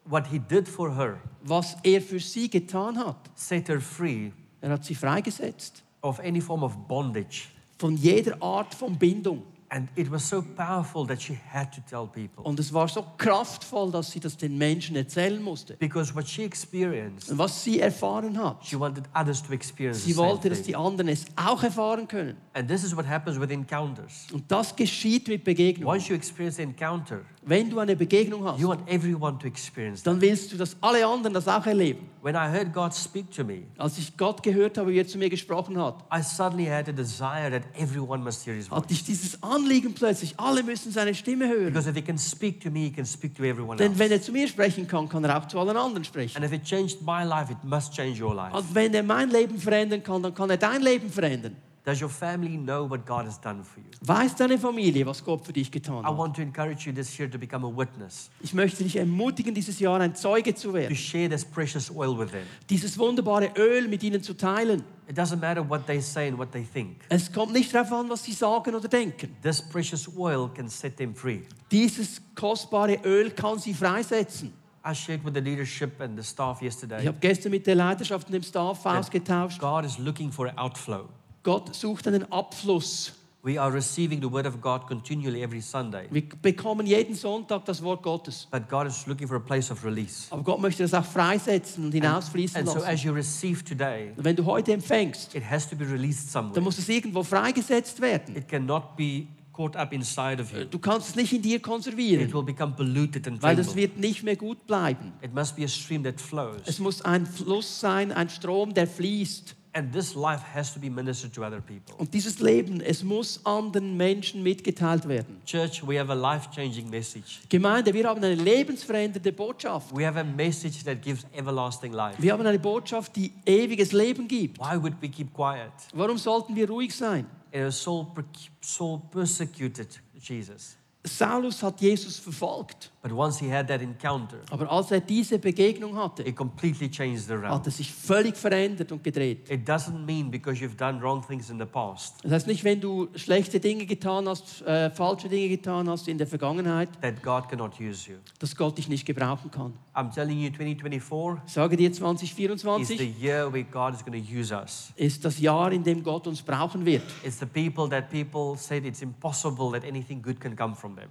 [SPEAKER 2] what he did for her
[SPEAKER 1] Was er für sie getan hat,
[SPEAKER 2] set her free
[SPEAKER 1] er hat sie freigesetzt
[SPEAKER 2] of any form of bondage.
[SPEAKER 1] von jeder Art von Bindung.
[SPEAKER 2] And it was so powerful that she had to tell people.
[SPEAKER 1] Und es war so kraftvoll, dass sie das den Menschen erzählen musste.
[SPEAKER 2] Because what she experienced,
[SPEAKER 1] Und was sie erfahren hat,
[SPEAKER 2] she wanted others to experience the
[SPEAKER 1] sie
[SPEAKER 2] same
[SPEAKER 1] wollte, dass
[SPEAKER 2] thing.
[SPEAKER 1] die anderen es auch erfahren können.
[SPEAKER 2] And this is what happens with encounters.
[SPEAKER 1] Und das geschieht mit Begegnung.
[SPEAKER 2] Once you experience the encounter,
[SPEAKER 1] Wenn du eine Begegnung hast,
[SPEAKER 2] you want everyone to experience that.
[SPEAKER 1] dann willst du, dass alle anderen das auch erleben.
[SPEAKER 2] When I heard God speak to me,
[SPEAKER 1] Als ich Gott gehört habe, wie er zu mir gesprochen hat,
[SPEAKER 2] I suddenly had a desire that everyone must hear his voice.
[SPEAKER 1] hatte ich dieses Anliegen plötzlich, alle müssen seine Stimme hören.
[SPEAKER 2] Because if he can speak to me, he can speak to everyone
[SPEAKER 1] Denn wenn
[SPEAKER 2] else.
[SPEAKER 1] er zu mir sprechen kann, kann er auch zu allen anderen sprechen.
[SPEAKER 2] And if it changed my life, it must change your life.
[SPEAKER 1] Und wenn er mein Leben verändern kann, dann kann er dein Leben verändern.
[SPEAKER 2] Does your family know what God has done for you?
[SPEAKER 1] Weiß deine Familie, was Gott für dich getan
[SPEAKER 2] I
[SPEAKER 1] hat.
[SPEAKER 2] want to encourage you this year to become a witness,
[SPEAKER 1] Ich möchte dich ermutigen, dieses Jahr ein Zeuge zu
[SPEAKER 2] to
[SPEAKER 1] werden.
[SPEAKER 2] share this precious oil with them.
[SPEAKER 1] Dieses wunderbare Öl mit ihnen zu teilen.
[SPEAKER 2] It doesn't matter what they say and what they think.
[SPEAKER 1] Es kommt nicht darauf an, was sie sagen oder denken.
[SPEAKER 2] This precious oil can set them free.
[SPEAKER 1] Dieses kostbare Öl kann sie freisetzen.
[SPEAKER 2] I shared with the leadership and the staff
[SPEAKER 1] Ich
[SPEAKER 2] yesterday.
[SPEAKER 1] habe gestern mit der Leidenschaft und dem Staff ausgetauscht.
[SPEAKER 2] God is looking for outflow.
[SPEAKER 1] Gott sucht einen Abfluss.
[SPEAKER 2] We are receiving the word of God continually every Sunday,
[SPEAKER 1] Wir bekommen jeden Sonntag das Wort Gottes.
[SPEAKER 2] but God is looking for a place of release.
[SPEAKER 1] Aber Gott möchte das auch freisetzen und hinausfließen
[SPEAKER 2] And so,
[SPEAKER 1] lassen.
[SPEAKER 2] as you receive today,
[SPEAKER 1] Und wenn du heute empfängst,
[SPEAKER 2] it has to be released
[SPEAKER 1] dann
[SPEAKER 2] somewhere.
[SPEAKER 1] muss es irgendwo freigesetzt werden.
[SPEAKER 2] It cannot be caught up inside of you.
[SPEAKER 1] Du kannst es nicht in dir
[SPEAKER 2] It
[SPEAKER 1] konservieren,
[SPEAKER 2] will become polluted and
[SPEAKER 1] weil das
[SPEAKER 2] tangled.
[SPEAKER 1] wird nicht mehr gut bleiben.
[SPEAKER 2] It must be a stream that flows.
[SPEAKER 1] Es muss ein Fluss sein, ein Strom, der fließt.
[SPEAKER 2] And this life has to be ministered to other people.
[SPEAKER 1] Und dieses Leben, es muss anderen Menschen mitgeteilt werden.
[SPEAKER 2] Church, we have a life changing message.
[SPEAKER 1] Gemeinde, wir haben eine lebensverändernde Botschaft.
[SPEAKER 2] We have a message that gives everlasting life.
[SPEAKER 1] Wir haben eine Botschaft, die ewiges Leben gibt.
[SPEAKER 2] Why would we keep quiet?
[SPEAKER 1] Warum sollten wir ruhig sein?
[SPEAKER 2] You know, Saul, per- Saul persecuted Jesus.
[SPEAKER 1] Saulus hat Jesus verfolgt.
[SPEAKER 2] But once he had that encounter,
[SPEAKER 1] Aber als er diese Begegnung hatte,
[SPEAKER 2] it completely changed around.
[SPEAKER 1] hat er sich völlig verändert und gedreht.
[SPEAKER 2] It doesn't mean because you've done wrong things in the past
[SPEAKER 1] Das heißt nicht, wenn du schlechte Dinge getan hast, äh, falsche Dinge getan hast in der Vergangenheit,
[SPEAKER 2] that God cannot use you.
[SPEAKER 1] dass Gott dich nicht gebrauchen kann.
[SPEAKER 2] I'm telling you, 2024
[SPEAKER 1] Ich sage dir,
[SPEAKER 2] is the
[SPEAKER 1] 2024
[SPEAKER 2] year where God is going to use us.
[SPEAKER 1] ist das Jahr, in dem Gott uns brauchen wird.
[SPEAKER 2] It's the people that people said it's impossible that anything good can come from them.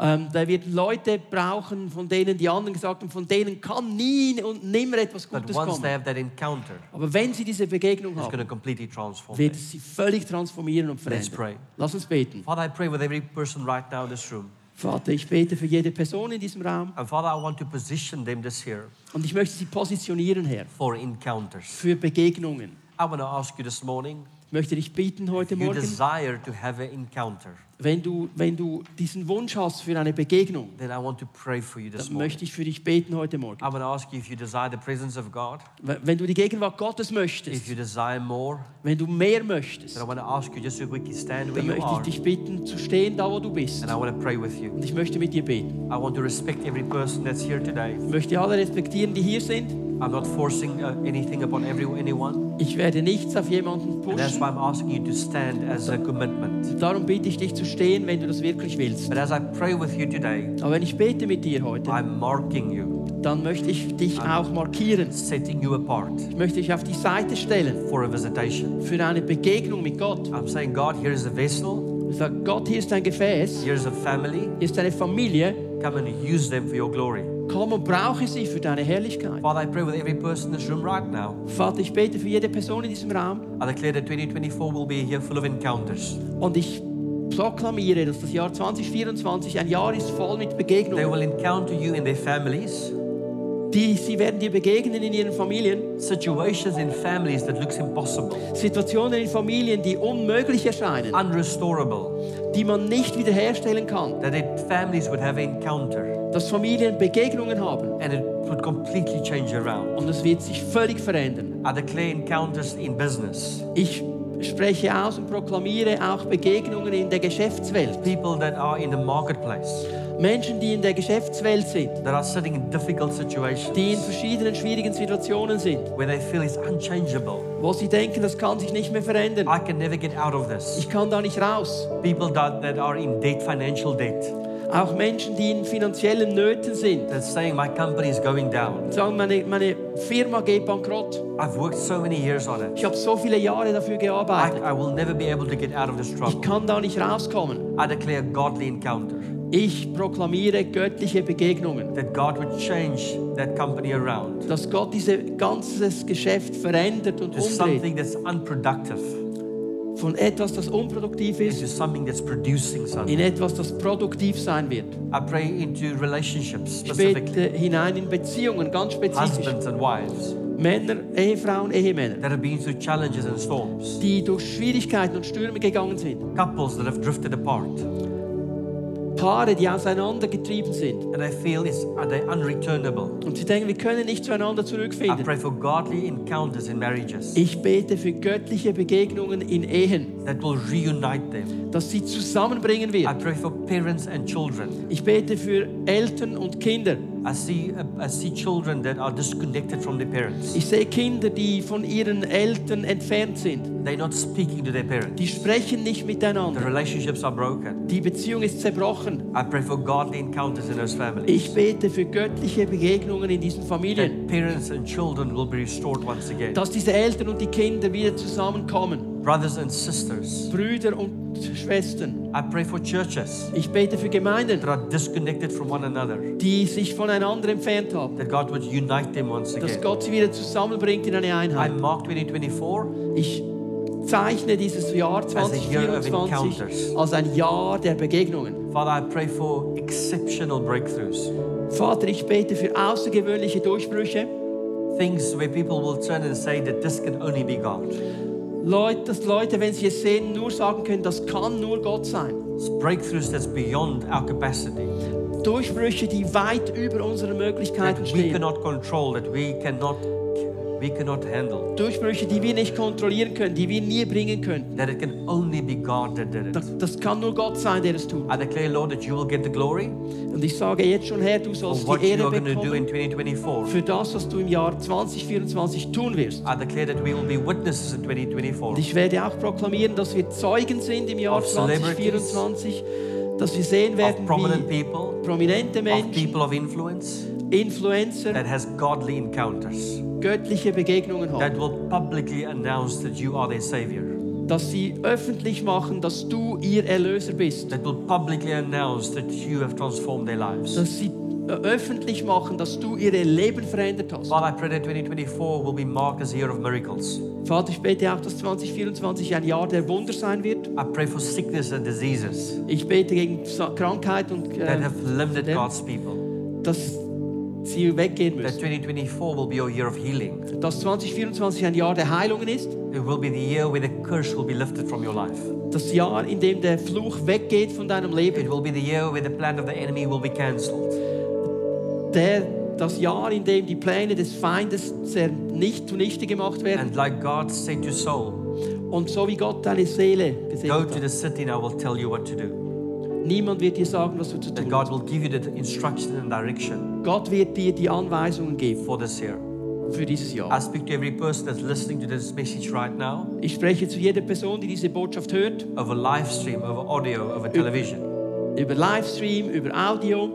[SPEAKER 1] Ähm, da wird Leute brauchen, von denen die anderen gesagt haben, von denen kann nie und nimmer etwas
[SPEAKER 2] But
[SPEAKER 1] Gutes
[SPEAKER 2] once they
[SPEAKER 1] kommen.
[SPEAKER 2] have that encounter,
[SPEAKER 1] Aber wenn sie diese Begegnung
[SPEAKER 2] it's going to
[SPEAKER 1] haben,
[SPEAKER 2] completely transform
[SPEAKER 1] wird
[SPEAKER 2] them.
[SPEAKER 1] es sie völlig transformieren und
[SPEAKER 2] Let's
[SPEAKER 1] verändern.
[SPEAKER 2] pray.
[SPEAKER 1] Lass uns beten.
[SPEAKER 2] Father, I pray with every person right now in this room.
[SPEAKER 1] Vater, ich bete für jede Person in diesem Raum
[SPEAKER 2] And Father, I want to position them this year
[SPEAKER 1] und ich möchte sie positionieren, Herr,
[SPEAKER 2] for encounters.
[SPEAKER 1] für Begegnungen.
[SPEAKER 2] I want to ask you this morning
[SPEAKER 1] Ich möchte dich bitten heute
[SPEAKER 2] if you
[SPEAKER 1] Morgen,
[SPEAKER 2] desire to have an encounter,
[SPEAKER 1] wenn du, wenn du diesen Wunsch hast für eine Begegnung,
[SPEAKER 2] then I want to pray for you this
[SPEAKER 1] dann
[SPEAKER 2] morning.
[SPEAKER 1] möchte ich für dich beten heute Morgen.
[SPEAKER 2] I want to ask you if you desire the presence of God,
[SPEAKER 1] W- Wenn du die Gegenwart Gottes
[SPEAKER 2] if
[SPEAKER 1] möchtest,
[SPEAKER 2] you desire more,
[SPEAKER 1] wenn du mehr möchtest,
[SPEAKER 2] then I want to ask you just to quickly stand where
[SPEAKER 1] dann
[SPEAKER 2] Genau. you
[SPEAKER 1] möchte
[SPEAKER 2] are Genau.
[SPEAKER 1] ich dich bitten, zu stehen, da wo du bist.
[SPEAKER 2] and I want to pray with you.
[SPEAKER 1] Und ich möchte mit dir beten.
[SPEAKER 2] I want to respect every person that's here today.
[SPEAKER 1] Ich möchte alle respektieren, die hier sind.
[SPEAKER 2] I'm not forcing uh, anything upon every, anyone.
[SPEAKER 1] Ich werde nichts auf jemanden
[SPEAKER 2] And that's
[SPEAKER 1] pushen.
[SPEAKER 2] why I'm asking you to stand as a commitment.
[SPEAKER 1] Darum bitte ich dich zu stehen, wenn du das wirklich willst.
[SPEAKER 2] But as I pray with you today,
[SPEAKER 1] Aber wenn ich bete mit dir heute,
[SPEAKER 2] I'm marking you,
[SPEAKER 1] dann möchte ich dich
[SPEAKER 2] Ah.
[SPEAKER 1] auch markieren.
[SPEAKER 2] setting you apart
[SPEAKER 1] Ich möchte dich auf die Seite stellen
[SPEAKER 2] for a visitation.
[SPEAKER 1] für eine Begegnung mit Gott.
[SPEAKER 2] I'm saying, God, here is a vessel,
[SPEAKER 1] Ich sage, Gott, hier ist dein Gefäß,
[SPEAKER 2] here's a family.
[SPEAKER 1] hier ist deine Familie.
[SPEAKER 2] Come and use them for your glory.
[SPEAKER 1] Komm und brauche sie für deine Herrlichkeit.
[SPEAKER 2] Father, I pray with every person in this room right now.
[SPEAKER 1] Vater, ich bete für jede Person in diesem Raum
[SPEAKER 2] I declare that 2024 will be a year full of encounters.
[SPEAKER 1] und ich proklamiere, dass das Jahr 2024 ein Jahr ist voll mit
[SPEAKER 2] They
[SPEAKER 1] Begegnungen.
[SPEAKER 2] will encounter you in their families,
[SPEAKER 1] Die, sie werden dir begegnen in ihren Familien.
[SPEAKER 2] situations in families that looks impossible,
[SPEAKER 1] Situationen in Familien, die unmöglich erscheinen,
[SPEAKER 2] unrestorable,
[SPEAKER 1] die man nicht wiederherstellen kann.
[SPEAKER 2] that it, families would have an encounter
[SPEAKER 1] Dass Familien Begegnungen haben
[SPEAKER 2] and it would completely change around.
[SPEAKER 1] und es wird sich völlig verändern.
[SPEAKER 2] I declare encounters in business.
[SPEAKER 1] Ich spreche aus und proklamiere auch Begegnungen in der Geschäftswelt.
[SPEAKER 2] People that are in the marketplace,
[SPEAKER 1] Menschen, die in der Geschäftswelt sind,
[SPEAKER 2] that are sitting in difficult situations,
[SPEAKER 1] die in verschiedenen schwierigen Situationen sind,
[SPEAKER 2] where they feel it's unchangeable.
[SPEAKER 1] wo sie denken, das kann sich nicht mehr verändern.
[SPEAKER 2] I can never get out of this.
[SPEAKER 1] Ich kann da nicht raus.
[SPEAKER 2] People that, that are in debt, financial debt,
[SPEAKER 1] Auch Menschen, die in finanziellen Nöten sind,
[SPEAKER 2] that's saying my company is going down.
[SPEAKER 1] sagen, meine, meine Firma geht bankrott.
[SPEAKER 2] I've worked so many years on it.
[SPEAKER 1] Ich habe so viele Jahre dafür
[SPEAKER 2] I,
[SPEAKER 1] gearbeitet.
[SPEAKER 2] I will never be able to get out of this
[SPEAKER 1] Ich
[SPEAKER 2] trouble.
[SPEAKER 1] kann da nicht rauskommen.
[SPEAKER 2] I declare a godly encounter
[SPEAKER 1] Ich proklamiere göttliche Begegnungen,
[SPEAKER 2] that God would change that company around
[SPEAKER 1] dass Gott dieses ganze Geschäft verändert und
[SPEAKER 2] to
[SPEAKER 1] umdreht.
[SPEAKER 2] something that's unproductive
[SPEAKER 1] Von etwas, das unproduktiv ist,
[SPEAKER 2] into something that's producing
[SPEAKER 1] in
[SPEAKER 2] something.
[SPEAKER 1] etwas, das produktiv sein wird.
[SPEAKER 2] I pray into relationships
[SPEAKER 1] Ich
[SPEAKER 2] specifically,
[SPEAKER 1] bete hinein in Beziehungen, ganz spezifisch.
[SPEAKER 2] husbands and wives
[SPEAKER 1] Männer, Ehefrauen, Ehemänner,
[SPEAKER 2] that have been through challenges and storms,
[SPEAKER 1] die durch Schwierigkeiten und Stürme gegangen sind.
[SPEAKER 2] couples that have drifted apart and
[SPEAKER 1] Paare, die auseinandergetrieben sind.
[SPEAKER 2] they feel it's, are they unreturnable.
[SPEAKER 1] Und sie denken, wir können nicht zueinander
[SPEAKER 2] I
[SPEAKER 1] zurückfinden.
[SPEAKER 2] pray for godly encounters in marriages
[SPEAKER 1] Ich bete für göttliche Begegnungen in Ehen,
[SPEAKER 2] that will reunite them.
[SPEAKER 1] dass sie zusammenbringen
[SPEAKER 2] I
[SPEAKER 1] wird.
[SPEAKER 2] pray for parents and children
[SPEAKER 1] Ich bete für Eltern und Kinder.
[SPEAKER 2] I see, I see children that are disconnected from their parents.
[SPEAKER 1] Ich sehe Kinder, die von ihren Eltern entfernt sind.
[SPEAKER 2] They're not speaking to their parents.
[SPEAKER 1] Die sprechen nicht
[SPEAKER 2] The
[SPEAKER 1] miteinander.
[SPEAKER 2] relationships are broken.
[SPEAKER 1] Die Beziehung ist zerbrochen.
[SPEAKER 2] I pray for godly encounters in those families.
[SPEAKER 1] Ich bete für göttliche Begegnungen in diesen Familien.
[SPEAKER 2] That parents and children will be restored once again.
[SPEAKER 1] dass diese Eltern und die Kinder wieder zusammenkommen.
[SPEAKER 2] Brothers and sisters,
[SPEAKER 1] Brüder und Schwestern.
[SPEAKER 2] I pray for churches
[SPEAKER 1] Ich bete für Gemeinden,
[SPEAKER 2] that are disconnected from one another.
[SPEAKER 1] die sich voneinander entfernt haben,
[SPEAKER 2] That God would unite them once
[SPEAKER 1] dass
[SPEAKER 2] again.
[SPEAKER 1] Gott sie wieder zusammenbringt in eine
[SPEAKER 2] I
[SPEAKER 1] Einheit.
[SPEAKER 2] mark 2024
[SPEAKER 1] Ich zeichne dieses Jahr
[SPEAKER 2] a year of
[SPEAKER 1] 2024
[SPEAKER 2] encounters.
[SPEAKER 1] als ein Jahr der Begegnungen.
[SPEAKER 2] Father, I pray for exceptional breakthroughs.
[SPEAKER 1] Vater, ich bete für außergewöhnliche Durchbrüche.
[SPEAKER 2] Things where people will turn and say that this can only be God.
[SPEAKER 1] Leute, dass Leute, wenn sie es sehen, nur sagen können, das kann nur Gott sein.
[SPEAKER 2] It's breakthroughs that's beyond our capacity.
[SPEAKER 1] Durchbrüche, die weit über unsere Möglichkeiten
[SPEAKER 2] that we
[SPEAKER 1] stehen.
[SPEAKER 2] cannot control, that we cannot we cannot handle,
[SPEAKER 1] Durchbrüche, die wir nicht kontrollieren können, die wir nie bringen können.
[SPEAKER 2] that it can only be God that did it.
[SPEAKER 1] Das, das kann nur Gott sein, der es tut.
[SPEAKER 2] I declare, Lord, that you will get the glory
[SPEAKER 1] Und ich sage jetzt schon, Herr, du
[SPEAKER 2] of
[SPEAKER 1] sollst
[SPEAKER 2] what
[SPEAKER 1] die
[SPEAKER 2] you
[SPEAKER 1] Ehre
[SPEAKER 2] are going to do in
[SPEAKER 1] bekommen
[SPEAKER 2] 2024.
[SPEAKER 1] für das, was du im Jahr 2024 tun wirst.
[SPEAKER 2] I declare that we will be witnesses in 2024
[SPEAKER 1] Und ich werde auch proklamieren, dass wir Zeugen sind im Jahr
[SPEAKER 2] Of celebrities.
[SPEAKER 1] 2024, dass wir sehen
[SPEAKER 2] of
[SPEAKER 1] werden,
[SPEAKER 2] prominent
[SPEAKER 1] wie
[SPEAKER 2] people,
[SPEAKER 1] prominente
[SPEAKER 2] of
[SPEAKER 1] Menschen,
[SPEAKER 2] people Äh. of influence
[SPEAKER 1] Influencer,
[SPEAKER 2] that has godly encounters,
[SPEAKER 1] göttliche Begegnungen
[SPEAKER 2] that
[SPEAKER 1] haben.
[SPEAKER 2] will publicly announce that you are their savior,
[SPEAKER 1] Dass sie öffentlich machen, dass du ihr Erlöser bist.
[SPEAKER 2] that will publicly announce that you have transformed their lives.
[SPEAKER 1] Dass sie äh, öffentlich machen, dass du ihr Leben verändert hast.
[SPEAKER 2] Father, I pray that 2024 will be marked as a year of miracles.
[SPEAKER 1] Vater, ich bete auch, dass 2024 ein Jahr der Wunder sein wird.
[SPEAKER 2] I pray for sickness and diseases
[SPEAKER 1] Ich bete gegen Sa- Krankheit und
[SPEAKER 2] that
[SPEAKER 1] äh,
[SPEAKER 2] have limited
[SPEAKER 1] them.
[SPEAKER 2] God's people.
[SPEAKER 1] dass sie weggehen
[SPEAKER 2] That
[SPEAKER 1] müssen.
[SPEAKER 2] 2024 will be your year of healing.
[SPEAKER 1] Dass 2024 ein Jahr der Heilungen ist.
[SPEAKER 2] It will be the year where the curse will be lifted from your life.
[SPEAKER 1] Das Jahr, in dem der Fluch weggeht von deinem
[SPEAKER 2] It
[SPEAKER 1] Leben.
[SPEAKER 2] will be the year where the plan of the enemy will be cancelled.
[SPEAKER 1] Der, das Jahr, in dem die Pläne des Feindes zer- nicht zunichte gemacht werden.
[SPEAKER 2] And like God said to Saul,
[SPEAKER 1] Und so wie Gott deine Seele
[SPEAKER 2] go
[SPEAKER 1] gesegnet
[SPEAKER 2] to
[SPEAKER 1] hat.
[SPEAKER 2] the city and I will tell you what to do.
[SPEAKER 1] Niemand wird dir sagen, was du zu
[SPEAKER 2] That
[SPEAKER 1] tun
[SPEAKER 2] God
[SPEAKER 1] hast.
[SPEAKER 2] will give you the instruction and direction
[SPEAKER 1] Gott wird dir die Anweisungen geben
[SPEAKER 2] for this year.
[SPEAKER 1] für dieses
[SPEAKER 2] I
[SPEAKER 1] Jahr.
[SPEAKER 2] speak to every person that's listening to this message right now,
[SPEAKER 1] Ich spreche zu jeder Person, die diese Botschaft hört,
[SPEAKER 2] over live stream, over audio, over television,
[SPEAKER 1] über Livestream, über Audio.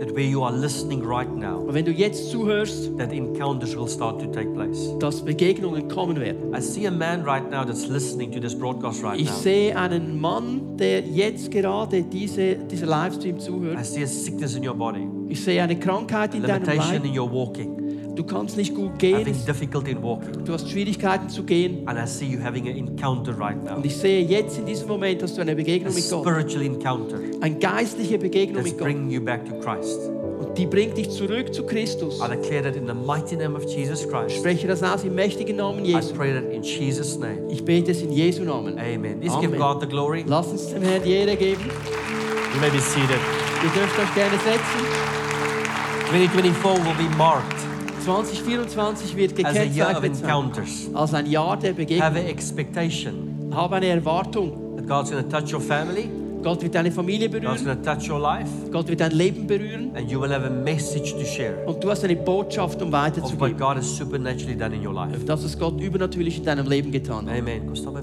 [SPEAKER 2] that where you are listening right now,
[SPEAKER 1] Und wenn du jetzt zuhörst,
[SPEAKER 2] that encounters will start to take place.
[SPEAKER 1] dass Begegnungen kommen werden.
[SPEAKER 2] I see a man right now that's listening to this broadcast right
[SPEAKER 1] Ich
[SPEAKER 2] now.
[SPEAKER 1] sehe einen Mann, der jetzt gerade diese, dieser Livestream
[SPEAKER 2] I
[SPEAKER 1] zuhört.
[SPEAKER 2] see a sickness in your body,
[SPEAKER 1] Ich sehe eine Krankheit
[SPEAKER 2] a
[SPEAKER 1] in deinem
[SPEAKER 2] limitation in
[SPEAKER 1] Leib.
[SPEAKER 2] your walking,
[SPEAKER 1] Du kannst nicht gut gehen.
[SPEAKER 2] having
[SPEAKER 1] Es-
[SPEAKER 2] difficulty in walking.
[SPEAKER 1] Du hast Schwierigkeiten zu gehen.
[SPEAKER 2] And I see you having an encounter right now,
[SPEAKER 1] Und ich sehe jetzt in diesem Moment, dass du eine
[SPEAKER 2] a
[SPEAKER 1] Begegnung mit Gott,
[SPEAKER 2] spiritual encounter
[SPEAKER 1] eine geistliche Begegnung
[SPEAKER 2] that's
[SPEAKER 1] mit Gott.
[SPEAKER 2] bringing you back to Christ.
[SPEAKER 1] Und die bringt dich zurück zu Christus.
[SPEAKER 2] I declare that in the mighty name of Jesus
[SPEAKER 1] Ich
[SPEAKER 2] Christ.
[SPEAKER 1] spreche das aus im mächtigen Namen
[SPEAKER 2] I
[SPEAKER 1] Jesu.
[SPEAKER 2] pray that in Jesus' name.
[SPEAKER 1] Ich bete es in Jesu Namen.
[SPEAKER 2] Amen. Let's give
[SPEAKER 1] Amen.
[SPEAKER 2] God the glory.
[SPEAKER 1] Lass uns dem Herrn die Ehre geben.
[SPEAKER 2] You may be seated.
[SPEAKER 1] Ihr dürft euch gerne setzen.
[SPEAKER 2] 2024 will be marked
[SPEAKER 1] 2024 wird
[SPEAKER 2] as a year of
[SPEAKER 1] gekennzeichnet sein
[SPEAKER 2] encounters.
[SPEAKER 1] als ein Jahr der
[SPEAKER 2] Have
[SPEAKER 1] Begegnung.
[SPEAKER 2] an expectation
[SPEAKER 1] Habe eine Erwartung.
[SPEAKER 2] that God's going to touch your family,
[SPEAKER 1] Gott wird deine Familie
[SPEAKER 2] God's
[SPEAKER 1] berühren.
[SPEAKER 2] going to touch your life.
[SPEAKER 1] Gott wird dein Leben berühren.
[SPEAKER 2] and you will have a message to share
[SPEAKER 1] Und du hast eine Botschaft, um
[SPEAKER 2] of what
[SPEAKER 1] weiterzugeben.
[SPEAKER 2] God has supernaturally done in your life.
[SPEAKER 1] Dass es Gott übernatürlich in deinem Leben getan hat.
[SPEAKER 2] Amen. Kom, stop met